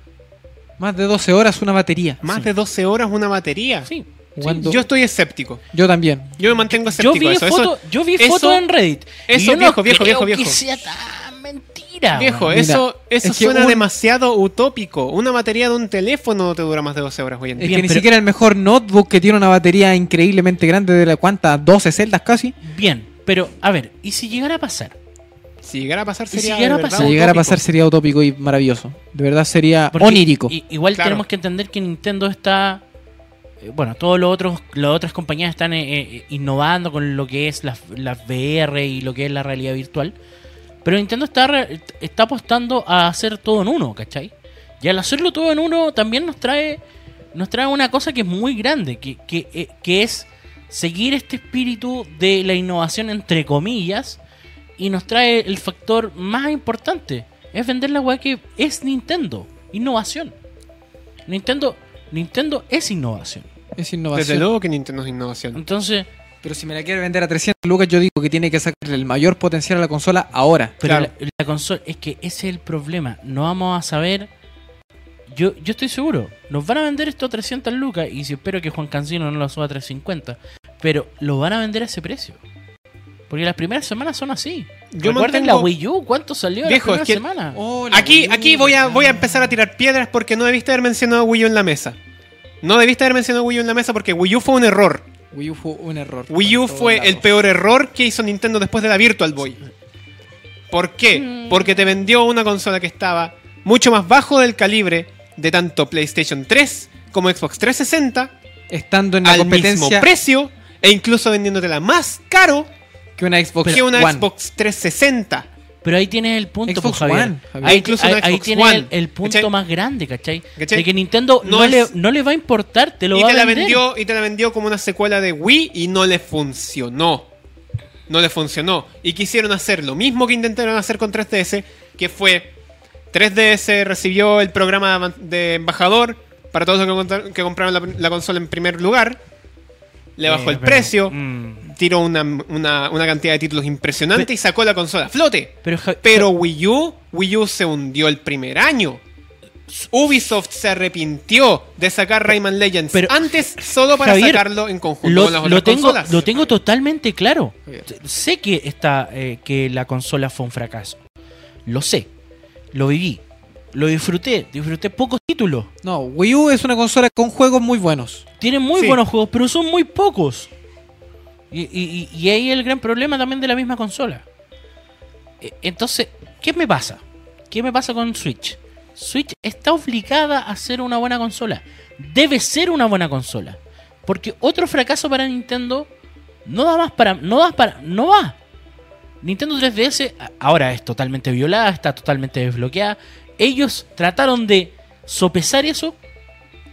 más de 12 horas una batería.
Más
Sí.
de 12 horas una batería.
Sí.
Cuando-
Yo estoy escéptico.
Yo también.
Yo me mantengo
Yo
escéptico.
vi,
a eso. Eso-
foto, yo vi
eso-
foto en Reddit. y
eso,
yo no
viejo, viejo,
creo
viejo, viejo.
que sea tan mentira.
Viejo,
weón.
Ah, Mira,
eso, eso
es que
suena
un-
demasiado utópico. Una batería de un teléfono no te dura más de 12 horas hoy en
Es
día.
Bien,
que ni
pero-
siquiera el mejor notebook que tiene una batería increíblemente grande de la cuántas, 12 celdas casi.
eh.
Bien, pero a ver, ¿y si llegara a pasar?
Si llegara a pasar
si
sería. de
llegara a
verdad
pasar-
Si llegara a
utópico.
pasar sería utópico y maravilloso. De verdad sería
Porque
onírico.
i- igual
Claro.
tenemos que entender que Nintendo está. eh, Bueno, todos los otros, las otras compañías están eh, eh, innovando con lo que es las las VR y lo que es la realidad virtual. Pero Nintendo está, re- está apostando a hacer todo en uno, ¿cachai? Y al hacerlo todo en uno también nos trae, nos trae una cosa que es muy grande, que, que, eh, que es seguir este espíritu de la innovación entre comillas y nos trae el factor más importante, es vender la weá que es Nintendo, innovación. Nintendo, Nintendo es innovación.
Es
Desde
innovación.
luego que Nintendo es innovación.
Entonces,
Pero si me la quiere vender a 300 lucas, yo digo que tiene que sacarle el mayor potencial a la consola ahora.
Pero
Claro.
la, la consola, es que ese es el problema. No vamos a saber. Yo, yo estoy seguro, nos van a vender esto a 300 lucas. Y si espero que Juan Cancino no lo suba a 350, pero lo van a vender a ese precio. Porque las primeras semanas son así.
Yo
Recuerden
mantengo-
la Wii U, ¿cuánto salió
Viejo,
la
es que- oh.
primera semana?
Aquí, aquí voy, a, voy a empezar a tirar piedras porque no debiste haber mencionado a Wii U en la mesa. No debiste haber mencionado a Wii U en la mesa porque Wii U fue un error.
Wii U fue un error.
Wii U
por todos
fue
lados.
el peor error que hizo Nintendo después de la Virtual Boy. ¿Por qué? Porque te vendió una consola que estaba mucho más bajo del calibre de tanto PlayStation 3 como Xbox 360
Estando en la
al mismo
competencia
precio e incluso vendiéndotela más caro
que una Xbox
que una
One.
Xbox 360.
Pero ahí tienes el punto,
Xbox
pues, Javier.
One, Javier.
Ahí,
Incluso
ahí-
una
ahí
Xbox
tienes
One,
el, el punto
¿cachai?
más grande, ¿cachai?
¿Cachai?
De que Nintendo
No
no,
es-
le, no le va a importar, te lo
y
va
te
a
la
vender.
vendió y te la vendió como una secuela de Wii y no le funcionó no le funcionó y quisieron hacer lo mismo que intentaron hacer con 3DS que fue 3DS recibió el programa avan- de embajador para todos los que, contar- que compraron la, la consola en primer lugar le bajó
Eh,
el
pero,
precio
mm,
tiró una, una- una cantidad de títulos impresionante y sacó la consola a flote
pero, Ja-
pero Wii U, Wii U se hundió el primer año. Ubisoft se arrepintió de sacar Rayman Legends
Pero-
antes solo para
Javier,
sacarlo en conjunto
lo,
con las
lo
otras
tengo,
consolas.
lo tengo totalmente claro.
Javier.
Sé que, esta, eh, que la consola fue un fracaso. Lo sé. Lo viví. Lo disfruté. Disfruté pocos títulos.
No, Wii U es una consola con juegos muy buenos.
Tienen muy
Sí.
buenos juegos, pero son muy pocos. Y, y- y- y ahí el gran problema también de la misma consola. E- Entonces, ¿qué me pasa? ¿Qué me pasa con Switch? Switch está obligada a ser una buena consola. Debe ser una buena consola. Porque otro fracaso para Nintendo no da más para. No da para. No va. Nintendo 3DS a- ahora es totalmente violada, está totalmente desbloqueada. Ellos trataron de sopesar eso.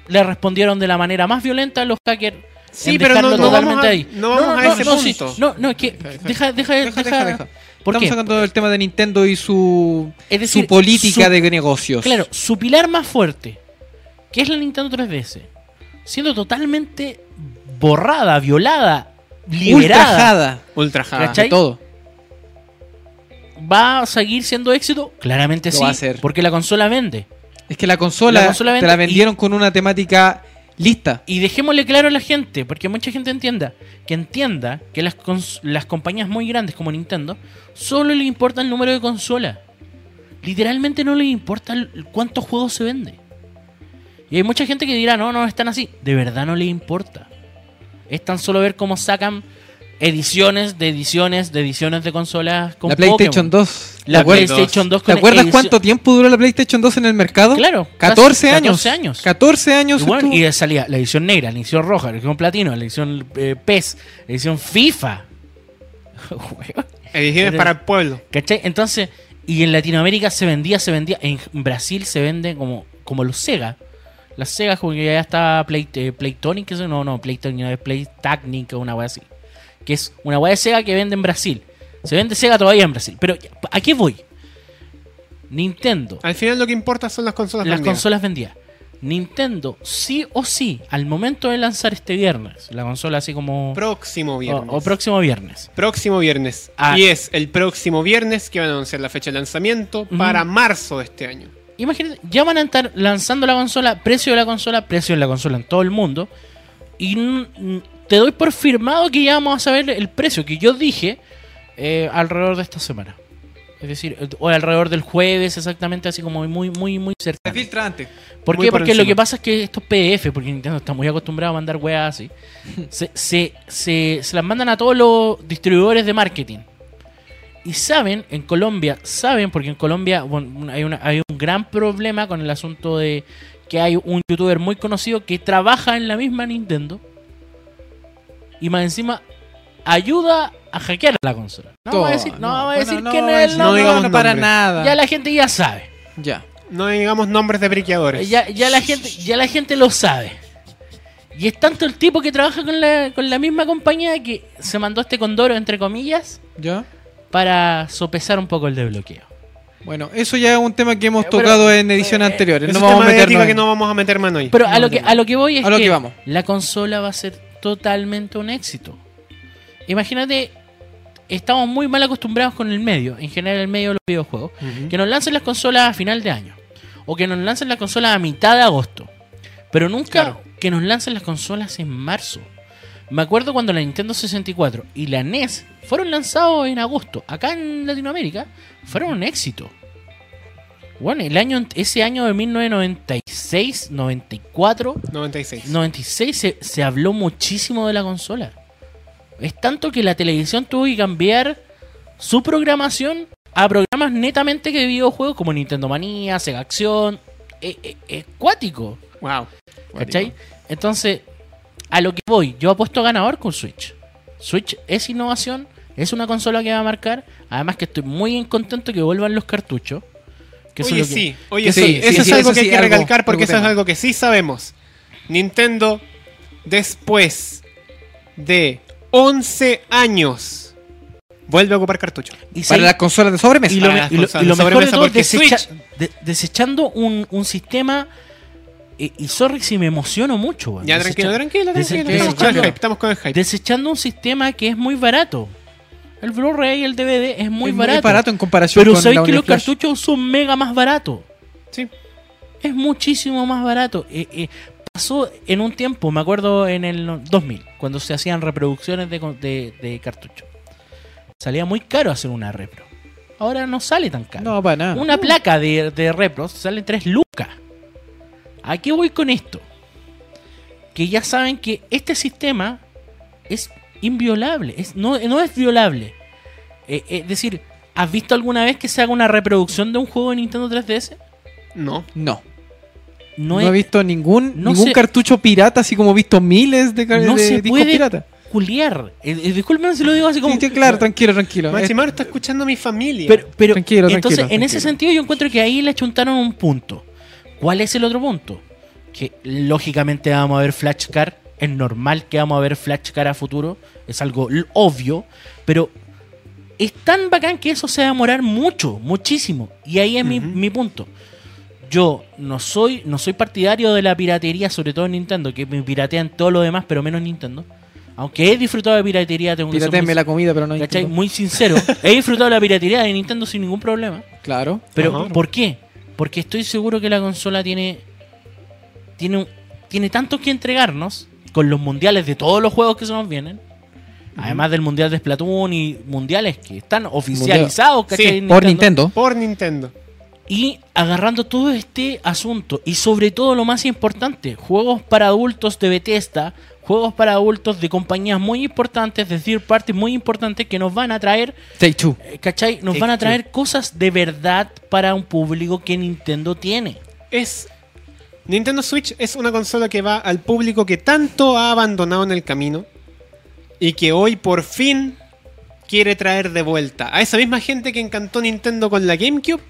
Le respondieron de la manera más violenta a los hackers.
Sí,
en
pero no-
dejarlo
no vamos
totalmente
a-
ahí.
no vamos a ese
sí,
punto.
no, no, es que deja, Eh, deja,
Deja, deja, deja.
¿Por
Estamos
qué?
sacando el tema de Nintendo y su,
Es decir,
su política
su-
de negocios.
Claro, su pilar más fuerte, que es la Nintendo 3DS, siendo totalmente borrada, violada, liberada,
ultrajada.
Ultrajada.
¿Cachai?
De todo.
¿va a seguir siendo éxito? Claramente
Lo
sí,
va a hacer.
porque la consola vende.
Es que la consola,
La consola
te
vende
la
y-
vendieron con una temática lista.
Y dejémosle claro a la gente, porque mucha gente entienda, que entienda que las, cons- las compañías muy grandes como Nintendo solo le importa el número de consolas. Literalmente no les importa el- cuántos juegos se vende. Y hay mucha gente que dirá, no, no, están así. De verdad no les importa. Es tan solo ver cómo sacan ediciones de ediciones de ediciones de consolas con
La PlayStation
Pokémon.
2. ¿te
La
acuerdas?
PlayStation 2
¿Te
con
acuerdas
edici-
cuánto tiempo duró la PlayStation 2 en el mercado?
Claro,
14
casi
años.
14 años.
14 años.
Y, bueno,
estuvo.
y salía la edición negra, la edición roja, la edición platino, la edición eh, PES, la edición FIFA. Weón,
Ediciones
Pero-
para el pueblo.
¿Cachai? Entonces, y en Latinoamérica se vendía, se vendía. En Brasil se vende como, como los Sega. Las Sega, como que ya está Play, eh, Playtonic, eso no, no, Playtonic, no es Playtacnic o una wea así. Que es una wea de Sega que vende en Brasil. Se vende Sega todavía en Brasil. Pero, ya, ¿a qué voy? Nintendo
Al final lo que importa son las consolas.
las
vendidas.
consolas vendidas. Nintendo, sí o sí, al momento de lanzar este viernes, la consola así como.
Próximo viernes.
O, o Oh, próximo viernes.
próximo viernes.
Ah.
Y es el próximo viernes que van a anunciar la fecha de lanzamiento
Ujú.
para marzo de este año.
Imagínate, ya van a estar lanzando la consola, precio de la consola, precio de la consola en todo el mundo. Y n- n- te doy por firmado que ya vamos a saber el precio que yo dije eh, alrededor de esta semana. Es decir, o alrededor del jueves, exactamente así como muy, muy, muy
Se
cercano.
filtra antes.
¿Por
Muy
qué?
por
Porque lo
encima.
que pasa es que estos PDF, porque Nintendo está muy acostumbrado a mandar weas así, se, se, se, se las mandan a todos los distribuidores de marketing. Y saben, en Colombia, saben, porque en Colombia bueno, hay, una- hay un gran problema con el asunto de que hay un youtuber muy conocido que trabaja en la misma Nintendo y más encima ayuda a hackear la consola. No vamos a decir, no, vamos a
bueno,
decir
no,
quién es el
nombre.
no,
nombre.
no,
digamos
no, para
nombre.
nada.
Ya la gente ya sabe.
Ya.
No digamos nombres de briqueadores.
Eh, Ya, ya la gente, ya la gente lo sabe. Y es tanto el tipo que trabaja con la, con la misma compañía que se mandó este condoro, entre comillas,
Ya.
para sopesar un poco el desbloqueo.
Bueno, eso ya es un tema que hemos
Eh, pero,
tocado en ediciones
eh,
anteriores.
Es
No
un
vamos a
tema de
meternos.
ética que
en-
no vamos a meter mano ahí.
Pero a
No,
lo que,
no, no.
a lo que voy es
A lo que
que
vamos.
la consola va a ser totalmente un éxito. Imagínate, estamos muy mal acostumbrados con el medio, en general el medio de los videojuegos.
Ujú.
Que nos lancen las consolas a final de año. O que nos lancen las consolas a mitad de agosto. Pero nunca
Claro.
que nos lancen las consolas en marzo. Me acuerdo cuando la Nintendo 64 y la NES fueron lanzados en agosto. Acá en Latinoamérica fueron un éxito. Bueno, el año, ese año de 1996, 94,
96.
96 se, se habló muchísimo de la consola. Es tanto que la televisión tuvo que cambiar su programación a programas netamente que de videojuegos como Nintendo Manía, Sega Acción. Es cuático,
Wow.
¿cachai? Entonces, a lo que voy, yo apuesto ganador con Switch. Switch es innovación, Es una consola que va a marcar. Además que estoy muy contento que vuelvan los cartuchos. Que eso
oye,
es lo que-
sí, oye,
que
sí,
sí,
eso
sí,
es
sí,
algo
eso
que hay
sí,
que
algo-
recalcar porque
algo
eso es
tema.
algo que sí sabemos. Nintendo, después de 11 años, vuelve a ocupar cartucho.
Y
Para
sí,
las consolas de sobremesa. Ah,
y lo,
para
me-
las
y lo- y
consolas
lo
de
mejor de
sobremesa,
todo,
porque
desecha-
Switch-
de- desechando un, un sistema. Y, y sorry si me emociono mucho. weón.
Ya,
Desecha-
tranquilo, tranquilo,
dese-
tranquilo.
dese-
Estamos con el
desechando-
hype, estamos con el hype.
desechando un sistema que es muy barato. El Blu-ray y el DVD es muy
Es
barato.
en comparación
pero
con
sabéis
la
que los
Uniflash.
cartuchos son mega más baratos.
Sí.
Es muchísimo más barato. Eh, eh, pasó en un tiempo, me acuerdo en el no- 2000, cuando se hacían reproducciones de, con- de, de cartucho. Salía muy caro hacer una repro. Ahora no sale tan caro.
No, para nada.
Una placa de, de repros sale 3 lucas. ¿A qué voy con esto? Que ya saben que este sistema es inviolable, es, no, no es violable. Eh, es decir, ¿has visto alguna vez que se haga una reproducción de un juego de Nintendo 3DS?
No.
No.
No,
No,
es,
he visto ningún,
no
ningún
se-
cartucho pirata, así como he visto miles de, car-
No
de
se
discos
puede
pirata.
culiar. Eh, eh, disculpen si lo digo así como.
Sí, sí, claro, tranquilo, tranquilo. Eh,
Machimaro está escuchando a mi familia.
Pero, pero
Tranquilo,
entonces,
tranquilo,
en ese
tranquilo.
sentido, yo encuentro que ahí le achuntaron un punto. ¿Cuál es el otro punto? Que lógicamente vamos a ver Flashcar. Es normal que vamos a ver Flashcar a futuro. Es algo l- obvio. Pero es tan bacán que eso se va a demorar mucho, muchísimo. Y ahí es mi,
Ujú.
mi punto. Yo no soy, no soy partidario de la piratería, sobre todo en Nintendo, que me piratean todo lo demás, pero menos Nintendo. Aunque he disfrutado de piratería, tengo que ser muy
Piratenme la comida, pero no hay
¿Cachai?
ningún-
Muy sincero. He disfrutado la piratería de Nintendo sin ningún problema.
Claro.
Pero,
Ajá.
¿por qué? Porque estoy seguro que la consola tiene. Tiene, un- tiene tanto que entregarnos con los mundiales de todos los juegos que se nos vienen. Además del mundial de Splatoon y mundiales que están oficializados, ¿cachai?
Sí,
en
Por Nintendo.
Por Nintendo.
Y agarrando todo este asunto. Y sobre todo lo más importante: juegos para adultos de Bethesda. Juegos para adultos de compañías muy importantes, de third parties muy importantes que nos van a traer
Take Two.
eh, ¿Cachai? Nos
Es
van a
que-
traer cosas de verdad para un público que Nintendo tiene.
Es. Nintendo Switch es una consola que va al público que tanto ha abandonado en el camino y que hoy por fin quiere traer de vuelta. A esa misma gente que encantó Nintendo con la GameCube,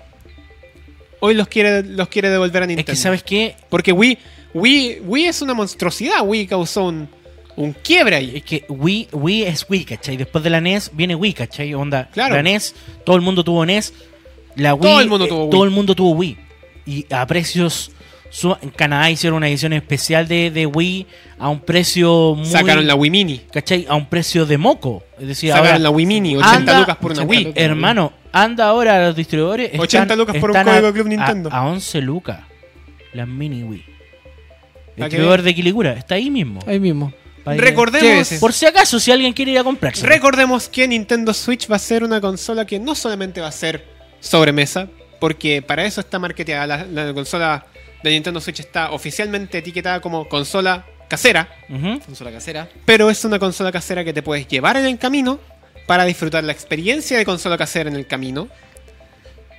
hoy los quiere, los quiere devolver a Nintendo.
Es que, ¿sabes qué?
Porque Wii, Wii, Wii es una monstruosidad, Wii causó un, un quiebre ahí.
Es que Wii, Wii es Wii, ¿cachai? Después de la NES viene Wii, ¿cachai? Onda,
Claro.
la NES, todo el mundo tuvo NES. La Wii, eh,
Todo el mundo tuvo Wii.
todo el mundo tuvo Wii. Y a precios... su- En Canadá hicieron una edición especial de, de Wii a un precio muy...
Sacaron la Wii Mini.
¿Cachai? A un precio de moco. Es decir,
Sacaron
ahora,
la Wii Mini, 80
anda-
lucas por una
80
Wii.
lucas.
Hermano, anda ahora a los distribuidores.
80 lucas por un
están
código
a-
Club
a-
Nintendo.
A, 11 lucas. Las mini Wii. El
¿Para qué?
distribuidor de Quilicura está ahí mismo.
Ahí mismo.
Para que-
Recordemos,
Llévese.
Por si acaso, si alguien quiere ir a comprarse.
Recordemos que Nintendo Switch va a ser una consola que no solamente va a ser sobremesa, porque para eso está marketeada. La, la consola de Nintendo Switch está oficialmente etiquetada como consola casera,
Ujú.
Consola casera.
pero es una consola casera que te puedes llevar en el camino para disfrutar la experiencia de consola casera en el camino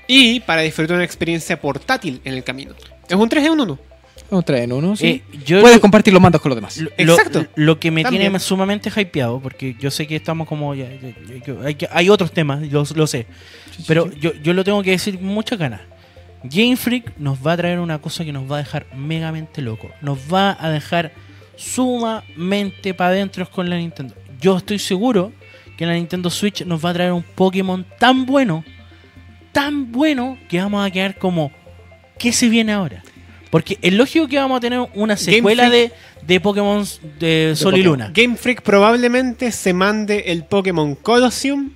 y para disfrutar una experiencia portátil en el camino. Es un 3 en 1.
Un 3 en uno, sí.
Eh, yo
Puedes
lo-
compartir los mandos con los demás.
lo-
Exacto.
Lo, lo que me
También.
tiene sumamente hypeado, porque yo sé que estamos como. ya- ya- ya- que hay, que- hay otros temas, lo, lo sé. Pero yo, yo lo tengo que decir con muchas ganas. Game Freak nos va a traer una cosa que nos va a dejar megamente loco. Nos va a dejar sumamente para adentro con la Nintendo. Yo estoy seguro que la Nintendo Switch nos va a traer un Pokémon tan bueno, tan bueno, que vamos a quedar como, ¿qué se viene ahora? Porque es lógico que vamos a tener una secuela de, de Pokémon de Sol y
Pokémon.
Luna.
Game Freak probablemente se mande el Pokémon Colosseum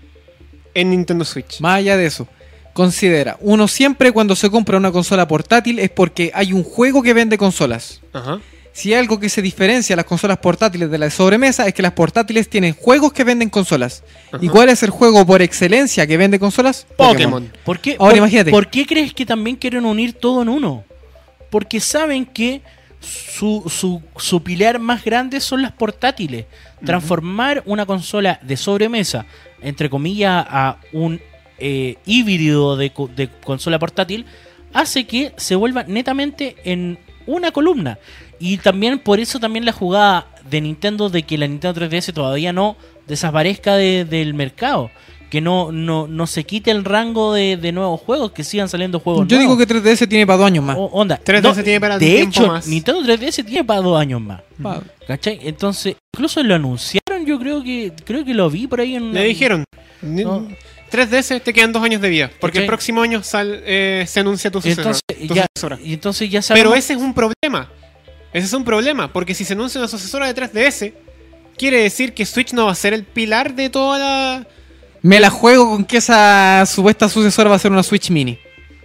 en Nintendo Switch.
Más allá de eso, considera, uno siempre cuando se compra una consola portátil es porque hay un juego que vende consolas.
Ajá.
Si hay algo que se diferencia a las consolas portátiles de las de sobremesa es que las portátiles tienen juegos que venden consolas. ¿Y
Ajá.
cuál es el juego por excelencia que vende consolas?
Pokémon.
¿Por qué,
Ahora
por-
imagínate.
¿Por qué crees que también quieren unir todo en uno? Porque saben que su, su, su pilar más grande son las portátiles. Transformar una consola de sobremesa, entre comillas, a un eh, híbrido de, co- de consola portátil, hace que se vuelva netamente en una columna. Y también por eso también la jugada de Nintendo de que la Nintendo 3DS todavía no desaparezca de- del mercado. Que no, no, no se quite el rango de, de nuevos juegos, que sigan saliendo juegos
Yo digo
nuevos.
que 3DS tiene para dos años más.
O- onda.
3DS
no,
tiene para un
de
tiempo
hecho,
más.
Nintendo 3DS tiene para dos años más.
Pa-
¿Cachai? Entonces, incluso lo anunciaron, yo creo que creo que lo vi por ahí en...
Le dijeron,
No.
3DS te quedan dos años de vida, porque
¿Cachai?
el próximo año sal- eh, se anuncia tu sucesor.
Entonces,
tu
ya,
sucesora.
y entonces ya
Pero
sabemos...
ese es un problema. Ese es un problema, porque si se anuncia una sucesora de 3DS, quiere decir que Switch no va a ser el pilar de toda la...
Me la juego con que esa supuesta sucesora va a ser una Switch Mini.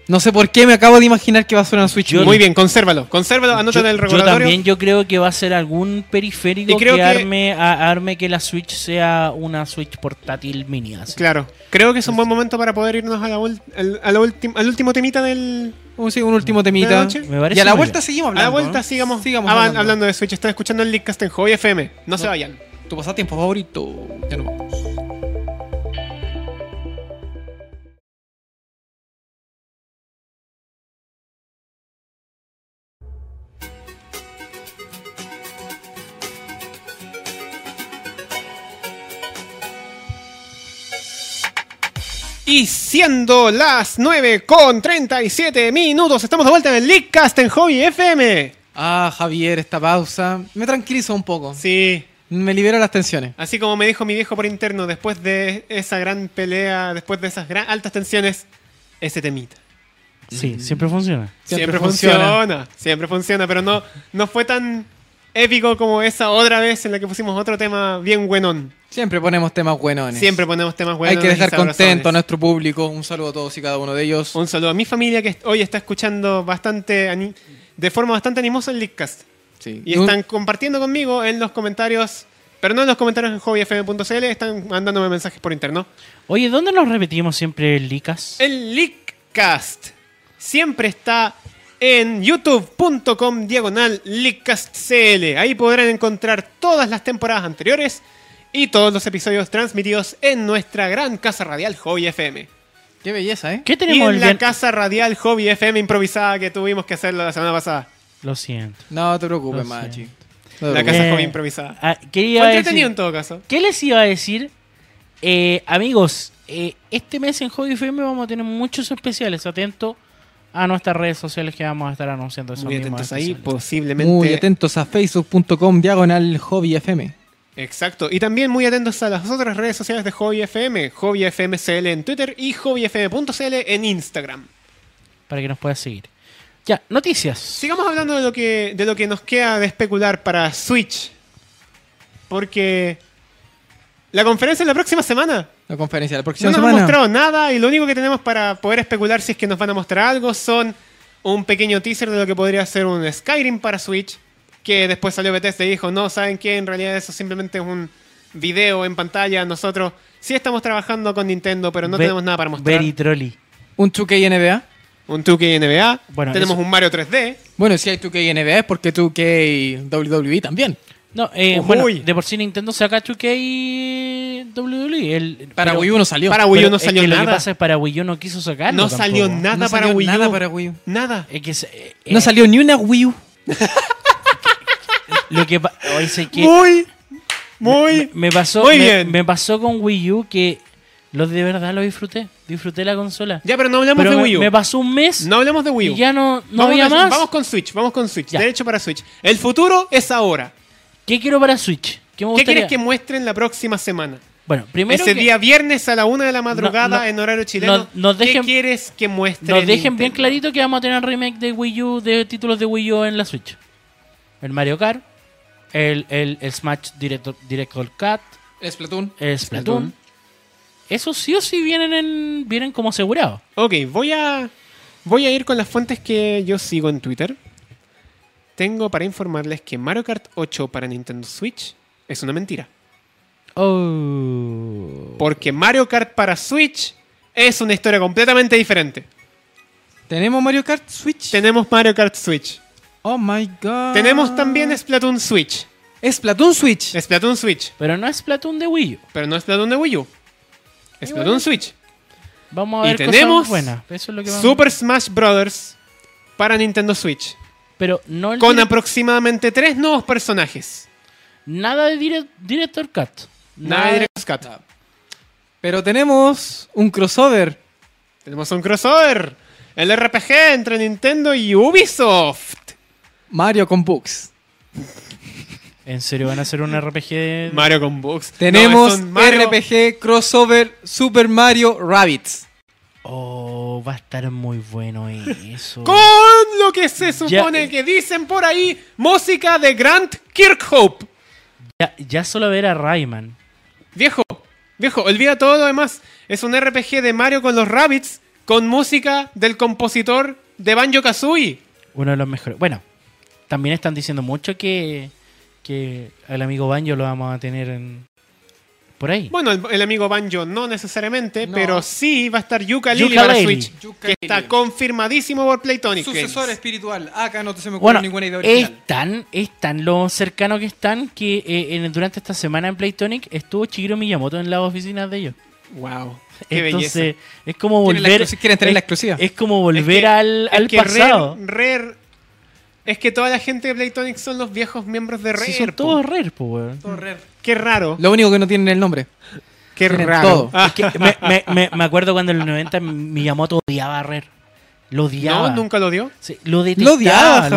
No sé por qué me acabo de imaginar que va a ser una Switch Mini.
Muy bien, consérvalo, consérvalo,
yo,
anótalo en el
yo
recordatorio.
también yo creo que va a ser algún periférico
Y creo
que,
que-
Arme, a- arme que la Switch sea una Switch portátil mini. así.
Claro, creo que es un buen momento para poder irnos a la ul- al, a la ultim- al último temita del...
Oh, sí, un último
¿De la
temita.
noche?
Me parece
Y a la
muy
vuelta
bien.
seguimos
A la
hablando.
vuelta
¿no?
sigamos,
Sigamos
aban-
hablando.
hablando. de Switch. Estás escuchando el Leadcast en Hobby FM. No, se
No.
vayan.
Tu pasatiempo favorito. Ya no vamos.
Y siendo las 9 con 37 minutos, estamos de vuelta en el Leadcast en Hobby FM.
Ah, Javier, esta pausa. Me tranquiliza un poco.
Sí,
Me libera las tensiones.
Así como me dijo mi viejo por interno después de esa gran pelea, después de esas gran, altas tensiones, ese temita.
Sí, siempre funciona.
Siempre, funciona. siempre funciona, pero no, no fue tan épico como esa otra vez en la que pusimos otro tema bien buenón.
Siempre ponemos temas buenones.
Siempre ponemos temas buenos.
Hay que dejar contento a nuestro público. Un saludo a todos y cada uno de ellos.
Un saludo a mi familia que hoy está escuchando bastante, ani- de forma bastante animosa el Leadcast.
Sí.
Y están compartiendo conmigo en los comentarios, pero no en los comentarios en hobbyfm.cl, están mandándome mensajes por interno.
Oye, ¿dónde nos repetimos siempre el Licas?
El Leakcast siempre está en youtube.com diagonal leakcastcl. Ahí podrán encontrar todas las temporadas anteriores y todos los episodios transmitidos en nuestra gran casa radial Hobby FM.
Qué belleza, ¿eh?
¿Qué
Y
tenemos el
en la
vier-
casa radial Hobby FM improvisada que tuvimos que hacerlo la semana pasada.
Lo siento.
No te preocupes,
Lo
Machi.
siento.
No te
La
preocupes.
casa
Eh,
Hobby improvisada.
Ah, ¿qué
Fue
iba a
entretenido
decir?
en todo caso.
¿Qué les iba a decir? Eh, amigos, eh, este mes en Hobby FM vamos a tener muchos especiales. Atento a nuestras redes sociales que vamos a estar anunciando esos
Muy
mismos
atentos ahí, pues.
especiales.
posiblemente.
Muy atentos a facebook.com diagonal hobby FM.
Exacto. Y también muy atentos a las otras redes sociales de Hobby FM, Hobby FM CL en Twitter y hobbyfm.cl en Instagram.
Para que nos puedas seguir. Ya, noticias.
Sigamos hablando de lo que, de lo que nos queda de especular para Switch. Porque la conferencia es la próxima semana.
La conferencia de la
No
próxima
nos han
semana.
mostrado nada y lo único que tenemos para poder especular si es que nos van a mostrar algo son un pequeño teaser de lo que podría ser un Skyrim para Switch, que después salió Bethesda y dijo, no, ¿saben qué? En realidad eso simplemente es un video en pantalla. Nosotros sí estamos trabajando con Nintendo, pero no
Ve-
tenemos nada para mostrar.
Very Trolley.
Un 2K NBA.
Un 2K NBA,
Bueno,
tenemos
eso-
un Mario 3D,
Bueno, si hay 2K NBA es porque 2K WWE E también.
No, eh,
Ujuy.
bueno, de por sí Nintendo saca 2K WWE. E, El,
Para
pero-
Wii U no salió.
para Wii U
pero
no
es
salió
que Lo que
nada.
pasa es para Wii U no quiso sacarlo.
No salió
tampoco.
nada
No
para
salió
Wii U.
nada para Wii U.
Nada.
Es que se- eh,
No
eh,
salió ni una Wii U.
[laughs] Lo que pa- hoy sé que
Muy, muy...
me pasó,
Muy
me-
bien.
Me, pasó con Wii U que lo de verdad lo disfruté. Disfruté la consola.
Ya, pero no hablamos
Pero
de
me,
Wii U.
me pasó un mes
No hablamos de Wii U.
y ya no, no
vamos,
había
con-
más.
vamos con Switch, vamos con Switch.
Ya.
Derecho para Switch. El futuro es ahora.
¿Qué quiero para Switch? ¿Qué, me
¿Qué
gustaría?
quieres que muestren la próxima semana?
Bueno, primero
Ese
que
día viernes a la una de la madrugada
No, no.
en horario chileno.
No- nos
¿Qué
dejen-
quieres que muestren?
nos dejen bien
Nintendo?
clarito que vamos a tener remake de Wii U, de títulos de Wii U en la Switch. El Mario Kart, el, el, el Smash Director, Director Cut,
Splatoon.
el Splatoon. Esos sí o sí vienen, en, vienen como asegurados.
Ok, voy a, voy a ir con las fuentes que yo sigo en Twitter. Tengo para informarles que Mario Kart 8 para Nintendo Switch es una mentira.
Oh.
Porque Mario Kart para Switch es una historia completamente diferente.
¿Tenemos Mario Kart Switch?
Tenemos Mario Kart Switch.
oh my god.
Tenemos también Splatoon Switch.
Splatoon Switch.
Splatoon Switch.
Pero no es Splatoon de Wii U.
Pero no es Platón de Wii U. Es Platón Switch.
Vamos
Y
a ver cosas
tenemos
buenas. Eso es lo que vamos-
Super Smash Bros. para Nintendo Switch.
Pero no el
Con
direct-
aproximadamente tres nuevos personajes.
Nada de direct- Director Cut.
Nada de Director's Cut.
Pero tenemos un crossover.
Tenemos un crossover. El RPG entre Nintendo y Ubisoft.
Mario con Bugs.
¿En serio van a
[laughs]
hacer un RPG de-
Mario con Bugs.
Tenemos
No, son Mario-
RPG crossover Super Mario Rabbits.
Oh, va a estar muy bueno eso.
Con lo que se supone
Ya.
que dicen por ahí, música de Grant Kirkhope.
Ya, ya solo ver a Rayman.
Viejo, viejo, olvida todo lo demás. Es un RPG de Mario con los Rabbits con música del compositor de Banjo Kazooie.
Uno de los mejores. Bueno, también están diciendo mucho que, que al amigo Banjo lo vamos a tener en- por ahí.
Bueno, el, el amigo Banjo no necesariamente,
No.
pero sí va a estar Yuka Lily
Yooka-Laylee.
para Switch. Que está confirmadísimo por Playtonic.
Sucesor
Games.
espiritual. Acá no se me ocurre
Bueno,
ninguna idea original.
es tan, es tan lo cercano que están que eh, en- durante esta semana en Playtonic estuvo Chihiro Miyamoto en las oficinas de ellos.
Wow. [laughs] Qué
Entonces,
belleza.
es como
Tienen la
volver.
exclusiva- quieren tener
es,
la exclusiva.
es como volver
Es que-
al, al
es que
pasado.
Rare, Rare- es que toda la gente de Playtonic son los viejos miembros de Rare.
Sí, son
po.
todos rare, po, weón.
Qué raro.
Lo único que no tienen el nombre.
Qué
tienen
raro.
todo.
Ah,
me, me- me- me acuerdo cuando en los 90 Miyamoto odiaba a Rare. Lo odiaba.
no, nunca lo dio.
Sí, lo detestaba. Lo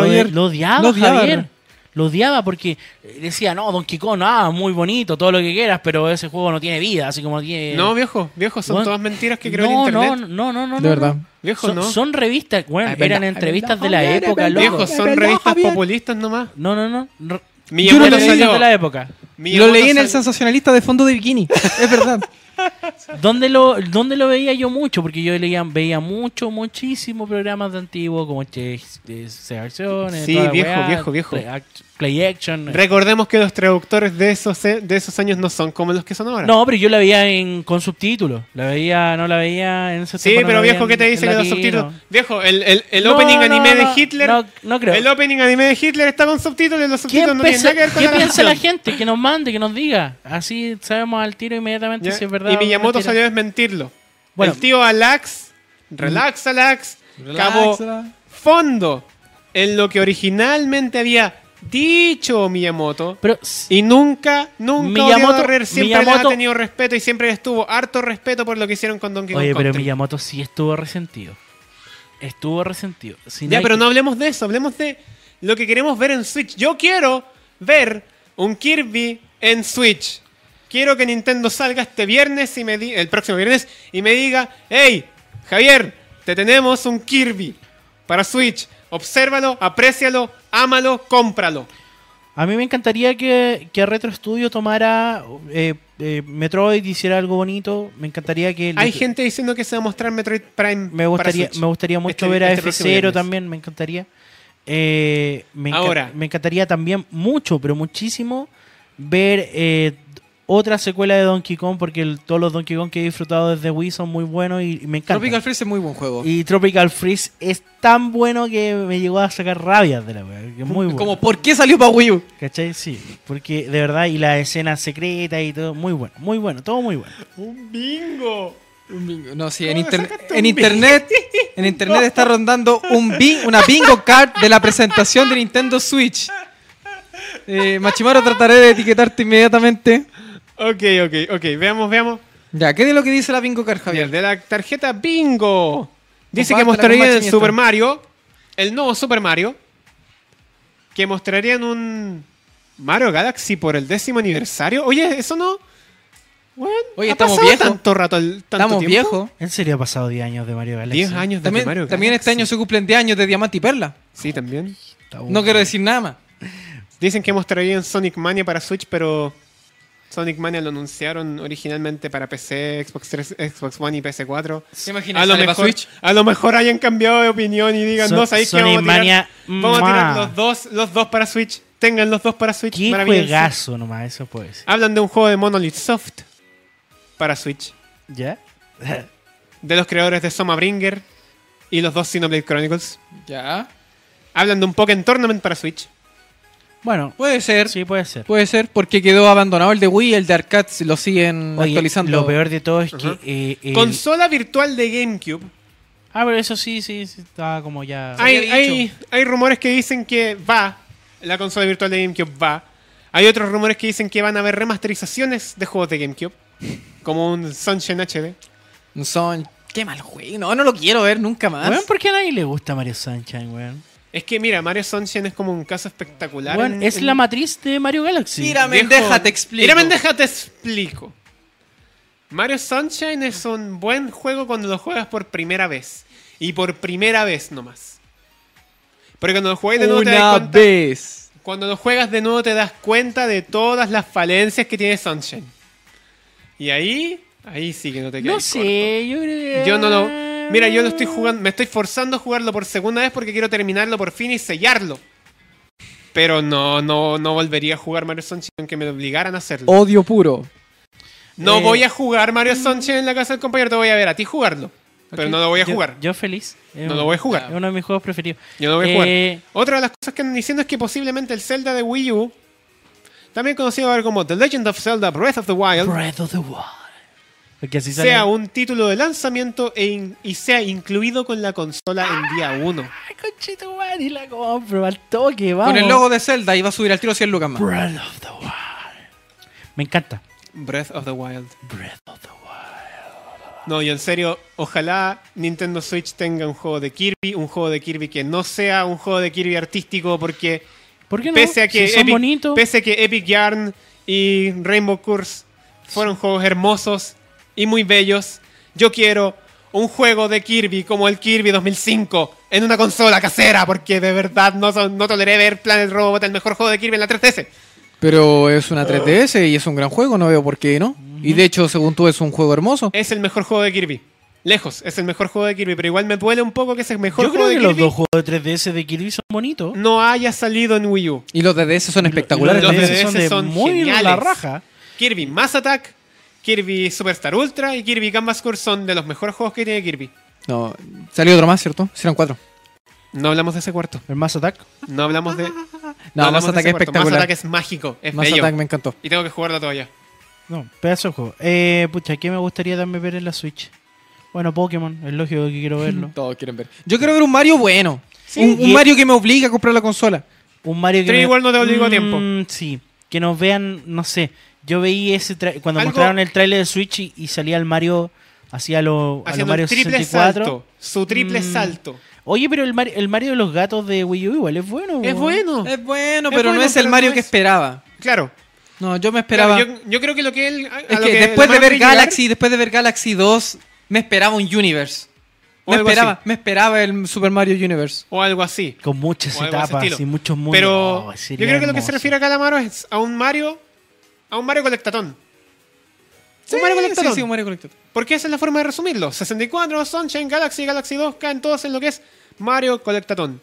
odiaba,
odiaba, lo,
Javier.
odiaba,
Lo odiaba.
Javier. Lo odiaba porque eh, decía, no, Don Kong, ah, muy bonito, todo lo que quieras, pero ese juego no tiene vida, así como tiene...
No, viejo, viejo, son
Eh, Bueno,
todas mentiras que creo en
no,
internet.
no, no, no, no,
De
no,
verdad.
no.
Viejo,
son,
no.
son revistas, bueno,
Ay, verdad,
eran
ay,
entrevistas
verdad,
de la
Javier,
época,
es verdad.
loco.
Viejo, son
Es verdad,
revistas
Javier.
populistas nomás.
No, no, no. r-
Miyamoto
yo no leí
salió.
de la época.
Miyamoto
lo leí en el
salió-
sensacionalista de fondo de bikini.
[laughs]
Es verdad.
¿Dónde lo, ¿Dónde lo veía yo mucho? Porque yo leía, veía mucho, muchísimo programas de antiguo como Che, de Searciones,
Sí,
toda la
viejo,
weá,
viejo, viejo.
Play, Act- Play Action.
Recordemos que los traductores de esos, eh, de esos años no son como los que son ahora.
No, pero yo la veía en, con subtítulos. La veía, no la veía en ese
Sí,
tiempo no la
pero
veía
viejo,
en-
¿qué te
en
dice que los
latino.
subtítulos? Viejo, el, el, el
No,
opening
no,
anime
no,
de Hitler.
No, no creo.
El opening anime de Hitler está con subtítulos y los
¿Qué
subtítulos no tienen
piensa,
nada que ver con
qué
la
piensa la
canción.
gente? Que nos mande, que nos diga. Así sabemos al tiro inmediatamente
Ya,
si es verdad.
Y
o
Miyamoto
mentira.
salió a desmentirlo.
Bueno.
el tío Alax, relax Alax, cabo fondo en lo que originalmente había dicho Miyamoto.
Pero s-
Y nunca, nunca
Miyamoto-
odiado a Rare, siempre le
Miyamoto-
ha tenido respeto y siempre les tuvo harto respeto por lo que hicieron con Donkey Kong
Oye, pero
Country.
Miyamoto sí estuvo resentido. Estuvo resentido. Si
Ya,
hay
pero
que-
no hablemos de eso, hablemos de lo que queremos ver en Switch. Yo quiero ver un Kirby en Switch. Quiero que Nintendo salga este viernes y me di- el próximo viernes y me diga, hey, Javier, te tenemos un Kirby para Switch. Obsérvalo, aprécialo, ámalo, cómpralo.
A mí me encantaría que, que Retro Studio tomara eh, eh, Metroid, hiciera algo bonito. Me encantaría que...
Hay
le-
gente diciendo que se va a mostrar Metroid Prime.
Me gustaría,
para Switch.
me gustaría mucho
Este-
ver a
este próximo
F0
viernes.
también, me encantaría. Eh, me, enca-
Ahora.
me encantaría también mucho, pero muchísimo, ver eh, otra secuela de Donkey Kong, porque el- todos los Donkey Kong que he disfrutado desde Wii son muy buenos y, y me encantan.
Tropical Freeze es muy buen juego.
y Tropical Freeze es tan bueno que me llegó a sacar rabias de la wea. que
[laughs]
Es muy bueno.
Como, ¿por qué salió para Wii U?
¿Cachai? Sí, porque de verdad, y la escena secreta y todo, muy bueno, muy bueno, todo muy bueno.
Un bingo.
No, sí, en,
¿Cómo
inter-
sacaste
en
un bingo? [laughs]
internet en internet está rondando un bi- una bingo card de la presentación de Nintendo Switch. Eh, Machimaro, trataré de etiquetarte inmediatamente.
Ok, ok, ok. Veamos, veamos.
Ya, ¿qué es lo que dice la bingo card,
Javier,
Javier?
de la tarjeta Bingo. Dice que
Compártela
mostrarían
con
el
Machinieto.
Super Mario, el nuevo Super Mario, que mostrarían un Mario Galaxy por el décimo aniversario. Oye, eso no. Weón,
Oye,
¿ha
estamos
pasado
viejos.
Tanto rato, el- tanto
Estamos
tiempo?
viejos.
¿En serio ha pasado 10 años de Mario Galaxy?
10 años de Mario
También,
Galaxy.
también este año se cumplen 10 años de Diamante y Perla.
Sí, también.
Está
No
bueno.
quiero decir nada más.
Dicen que mostrarían Sonic Mania para Switch, pero Sonic Mania lo anunciaron originalmente para PC, Xbox 3, Xbox One y PS4.
¿Te imaginas?
A lo,
sale pa'
mejor,
Switch?
a lo mejor hayan cambiado de opinión y digan,
So-
no, sabéis que
Sony
vamos a tirar,
Mania,
vamos a tirar
mua.
los, dos, los dos para Switch. Tengan los dos para Switch.
Qué
maravilloso.
juegazo nomás, eso pues! puede ser.
Hablan de un juego de Monolith Soft para Switch. [laughs]
¿Ya?
De los creadores de Soma Bringer y los dos Xenoblade Chronicles.
Ya.
Hablan de un Pokémon Tournament para Switch.
Bueno,
Puede ser.
sí puede ser.
Puede ser porque quedó abandonado el de Wii, el de Arcade lo siguen
Oye,
actualizando.
Lo peor de todo es que.
Ajá.
eh, el-
Consola virtual de GameCube.
Ah, pero eso sí, sí, sí, estaba como ya.
Hay,
había
hay-
dicho.
hay rumores que dicen que va, la consola virtual de GameCube va Hay otros rumores que dicen que van a haber remasterizaciones de juegos de GameCube. Como un Sunshine HD.
Son. Qué mal juego. No, no lo quiero ver nunca más.
Weón, ¿por qué a nadie le gusta Mario Sunshine, weón?
Es que mira, Mario Sunshine es como un caso espectacular.
Weón,
en-
es
en-
la matriz de Mario Galaxy.
Mira,
Viejo,
Mendeja, te explico.
Mira, Mendeja, te explico. Mario Sunshine es un buen juego cuando lo juegas por primera vez. Y por primera vez nomás. Porque cuando lo juegas de nuevo te das
Una
cuenta.
vez.
Cuando lo juegas de nuevo te das cuenta de todas las falencias que tiene Sunshine. Y ahí, ahí sí que no te quedas
No sé, yo creo que.
Yo no lo. Mira, yo lo estoy jugando. Me estoy forzando a jugarlo por segunda vez porque quiero terminarlo por fin y sellarlo. Pero no, no, no volvería a jugar Mario Sunshine aunque me obligaran a hacerlo.
Odio puro.
no
Oh, eh.
voy a jugar Mario Sunshine en la casa del compañero, te voy a ver a ti jugarlo. Pero
Ok,
no lo voy a
yo-
jugar.
Yo, feliz. Es
No
un-
lo voy a jugar.
Es uno de mis juegos preferidos.
Yo no voy a
Eh,
jugar. Otra de las cosas que andan diciendo es que posiblemente el Zelda de Wii U, también conocido ahora como The Legend of Zelda Breath of the Wild,
Breath of the Wild. Porque así sale.
sea un título de lanzamiento e in- y sea incluido con la consola en día 1.
Ay, conchetumare, y la compro al toque, vamos.
Con el logo de Zelda iba a subir al tiro 100 lucas más.
Breath of the Wild. Me encanta.
Breath of the Wild.
Breath of the Wild.
No, y en serio, ojalá Nintendo Switch tenga un juego de Kirby, un juego de Kirby que no sea un juego de Kirby artístico, porque
¿Por qué no?
pese, a que
si son
Epic,
bonitos.
pese a que Epic Yarn y Rainbow Curse fueron juegos hermosos y muy bellos, yo quiero un juego de Kirby como el Kirby 2005 en una consola casera, porque de verdad no, so- no toleré ver Planet Robot, el mejor juego de Kirby en la 3DS.
Pero es una 3DS y es un gran juego, no veo por qué no. Y de hecho, según tú, es un juego hermoso.
Es el mejor juego de Kirby. Lejos, es el mejor juego de Kirby, pero igual me duele un poco que ese mejor
Yo
juego
creo
de
que
Kirby
los dos juegos de 3DS de Kirby son bonitos.
no haya salido en Wii U.
Y los DDS son espectaculares.
los
Los
de
también.
DDS
son de
son
muy
geniales.
la raja.
Kirby Mass Attack, Kirby Superstar Ultra y Kirby Canvas Curse son de los mejores juegos que tiene Kirby.
No, salió otro más, ¿cierto? Sí, eran cuatro.
No hablamos de ese cuarto.
El Mass Attack.
No hablamos de.
[laughs] No,
hablamos
más
de
ataque
ese cuarto. Mass
espectacular.
Attack es mágico, es
Mass
bello.
Attack me encantó.
Y tengo que jugarlo todavía.
No, pedazo de juego. Eh, pucha, ¿qué me gustaría también ver en la Switch? Bueno, Pokémon, es lógico que quiero verlo.
Todos quieren ver. Yo quiero ver un Mario bueno.
Sí.
un, un
Y-
Mario que me obliga a comprar la consola.
Un Mario que.
Pero
me- Mm,
igual no te obligó a tiempo.
Sí, que nos vean, no sé. Yo veí ese. tra- Cuando
Algo-
mostraron el tráiler de Switch y, y salía el Mario. Hacía lo, a lo
Haciendo
Mario
un triple
64.
salto. Su triple
Mm.
salto.
Oye, pero el, Mar- el Mario de los gatos de Wii U igual es bueno.
Es
weón.
bueno.
Es bueno,
Es bueno,
pero no es
pero
el
no
Mario
es-
que esperaba.
Claro.
No, yo me
Claro,
esperaba.
yo, yo creo que lo que él. a- a
es
lo
que,
que
después de
Mario
ver
quiere llegar-
Galaxy, después de ver Galaxy 2, me esperaba un Universe.
O
Me
algo
esperaba,
así.
me esperaba el Super Mario Universe.
O algo así.
Con muchas
o algo de ese
etapas
estilo.
y muchos mundos.
Pero
Oh,
yo
sería
creo que lo que se
hermoso.
refiere a Calamaro es a un Mario. A un Mario colectatón.
un Mario Collector. Sí, un Mario Collector.
Porque esa es la forma de resumirlo. 64, Sunshine, Galaxy, Galaxy 2 caen todos en lo que es Mario Colectatón.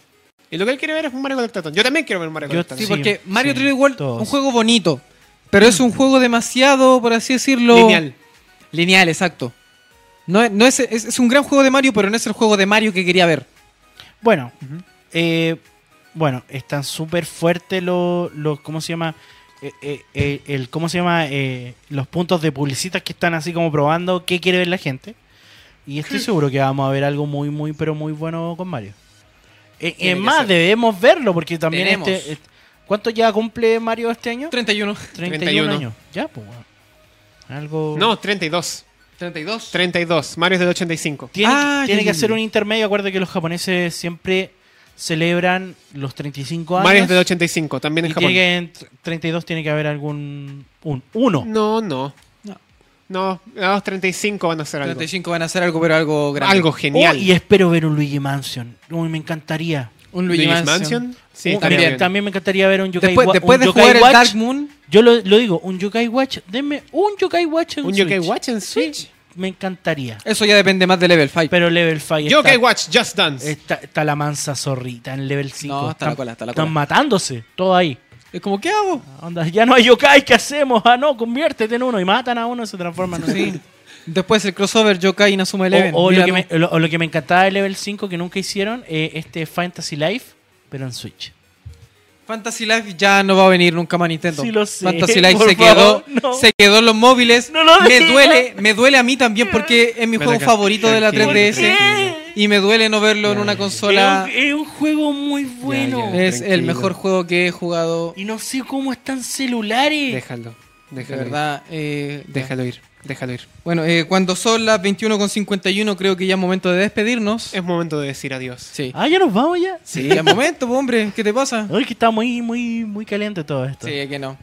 Y lo que él quiere ver es un Mario Colectatón. Yo también quiero ver un Mario
Yo
Colectatón.
Sí, Mm.
Sí,
porque Mario
sí,
3D World
todos.
un juego bonito, pero es un juego demasiado, por así decirlo,
Lineal.
Lineal, exacto. No, es- no es, es, es un gran juego de Mario, pero no es el juego de Mario que quería ver.
Bueno, eh, bueno, están súper fuertes los, los- ¿cómo se llama? Eh, eh, eh, el, ¿Cómo se llama? Eh, los puntos de publicistas que están así como probando qué quiere ver la gente. Y estoy seguro que vamos a ver algo muy, muy, pero muy bueno con Mario. Eh,
Tiene que
es más,
ser.
debemos verlo porque también
Tenemos.
este, eh, ¿Cuánto ya cumple Mario este año?
31.
31,
31.
años. Ya, pues. bueno. Algo...
No, 32.
32.
32. Mario es del 85.
Tiene,
Ah,
que, tiene
ya,
que
ya,
hacer
ya.
un intermedio. Acuérdate que los japoneses siempre celebran los 35 años.
Mario es del 85, también en
y
Japón.
tiene que en tr- 32 tiene que haber algún. Un, uno.
No, no.
No.
No, los 35 van a ser algo.
35 van a hacer algo, pero algo grande.
Algo genial.
Oh, y espero ver un Luigi Mansion. Uy, me encantaría.
Un
Luigi's
Luigi Mansion.
Sí,
Un-
estaría
Oh, también,
bien.
también me encantaría ver un Yokai
Después,
Wa-
después
un
de
Yokai
jugar el
Watch.
Dark Moon,
Yo lo, lo digo, un Yokai Watch. Denme un Yokai Watch en
Un Yokai
Switch.
Watch en Switch.
Sí, me encantaría.
eso ya depende más de Level 5.
Pero Level 5.
Yokai
está- Este.
Watch, Just Dance.
Está, está la mansa zorrita en Level 5.
No, está la
Están-
cola, está la
Están
cola.
matándose, todo ahí.
es como, ¿qué
[laughs]
hago?
Onda, ya no hay yokai, ¿qué hacemos? Ah, no, conviértete en uno. Y matan a uno y se transforman en
Sí. después el crossover Yokai Inazuma Eleven.
O, o lo
Míralo.
que me, lo- o lo que me encantaba de Level 5 que nunca hicieron, eh, este Fantasy Life, pero en Switch.
Fantasy Life ya no va a venir nunca más a Nintendo.
Sí, lo sé, [laughs]
Fantasy Life
por
se
favor,
quedó,
no.
se quedó en los móviles.
No lo
me
digas.
duele, me duele a mí también porque es mi
Me
juego
toca-
favorito de la
tranquilo,
3DS.
tranquilo.
y me duele no verlo en una consola.
Es un, es un juego muy bueno.
ya.
Es el
Tranquilo.
mejor juego que he jugado.
Y no sé cómo están celulares.
Déjalo.
De
Déjalo.
verdad, eh,
ir,
ya.
déjalo ir. Déjalo ir.
Bueno, eh, cuando son las 21.51 creo que ya es momento de despedirnos.
Es momento de decir adiós.
Sí.
Ah, ya nos vamos ya.
Sí, ya es momento, po, hombre. ¿Qué te pasa?
Hoy que está muy, muy, muy caliente todo esto.
Sí, es que no.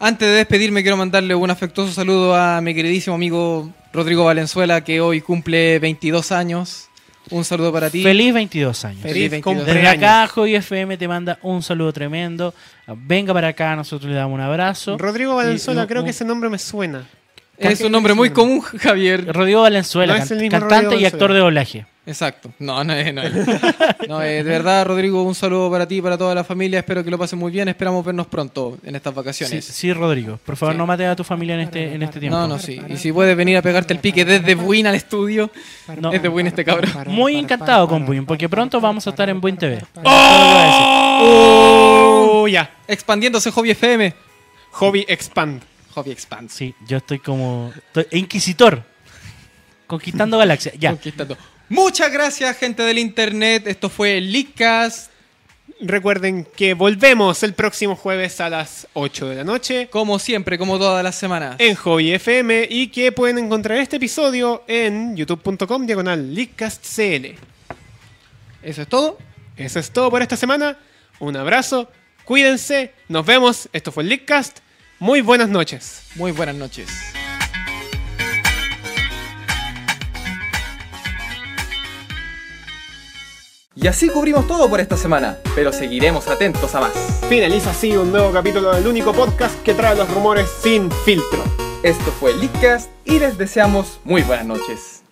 Antes de despedirme quiero mandarle un afectuoso saludo a mi queridísimo amigo Rodrigo Valenzuela que hoy cumple 22 años. Un saludo para ti.
Feliz 22 años.
Feliz 22.
Desde acá, Joy FM te manda un saludo tremendo. Ah, Venga para acá, nosotros le damos un abrazo.
Rodrigo Valenzuela,
Y-
creo
un-
que ese nombre me suena.
Es un nombre muy común, Javier.
Rodrigo Valenzuela,
No es
can-
el mismo
cantante
Rodrigo
y actor
Valenzuela.
de doblaje.
Exacto. No, no es. No,
[laughs]
es. No, eh, de verdad, Rodrigo, un saludo para ti, para toda la familia. Espero que lo pasen muy bien. Esperamos vernos pronto en estas
Sí,
vacaciones.
sí, Rodrigo. Por favor,
Sí.
no mates a tu familia en este, en este tiempo.
No, no, sí. Y si puedes venir a pegarte el pique desde Buin al estudio.
No.
Es de Buin este cabrón.
Muy encantado con Buin, porque pronto vamos a estar en Buin TV.
¡Oh! Ya.
Expandiéndose Hobby FM.
Hobby Expand.
Hobby Expanse.
Sí, yo estoy como. estoy- Inquisitor. Conquistando galaxias. Ya.
Conquistando. Muchas gracias, gente del internet. Esto fue Licas.
Recuerden que volvemos el próximo jueves a las 8 de la noche
Como siempre, como todas las semanas.
en Hobby FM y que pueden encontrar este episodio en youtube.com diagonal leakcastcl.
Eso es todo.
Eso es todo por esta semana. Un abrazo, cuídense, nos vemos. Esto fue el Leakcast. Muy buenas noches.
Muy buenas noches.
Y así cubrimos todo por esta semana, pero seguiremos atentos a más.
Finaliza así un nuevo capítulo del único podcast que trae los rumores sin filtro.
Esto fue Leakcast y les deseamos muy buenas noches.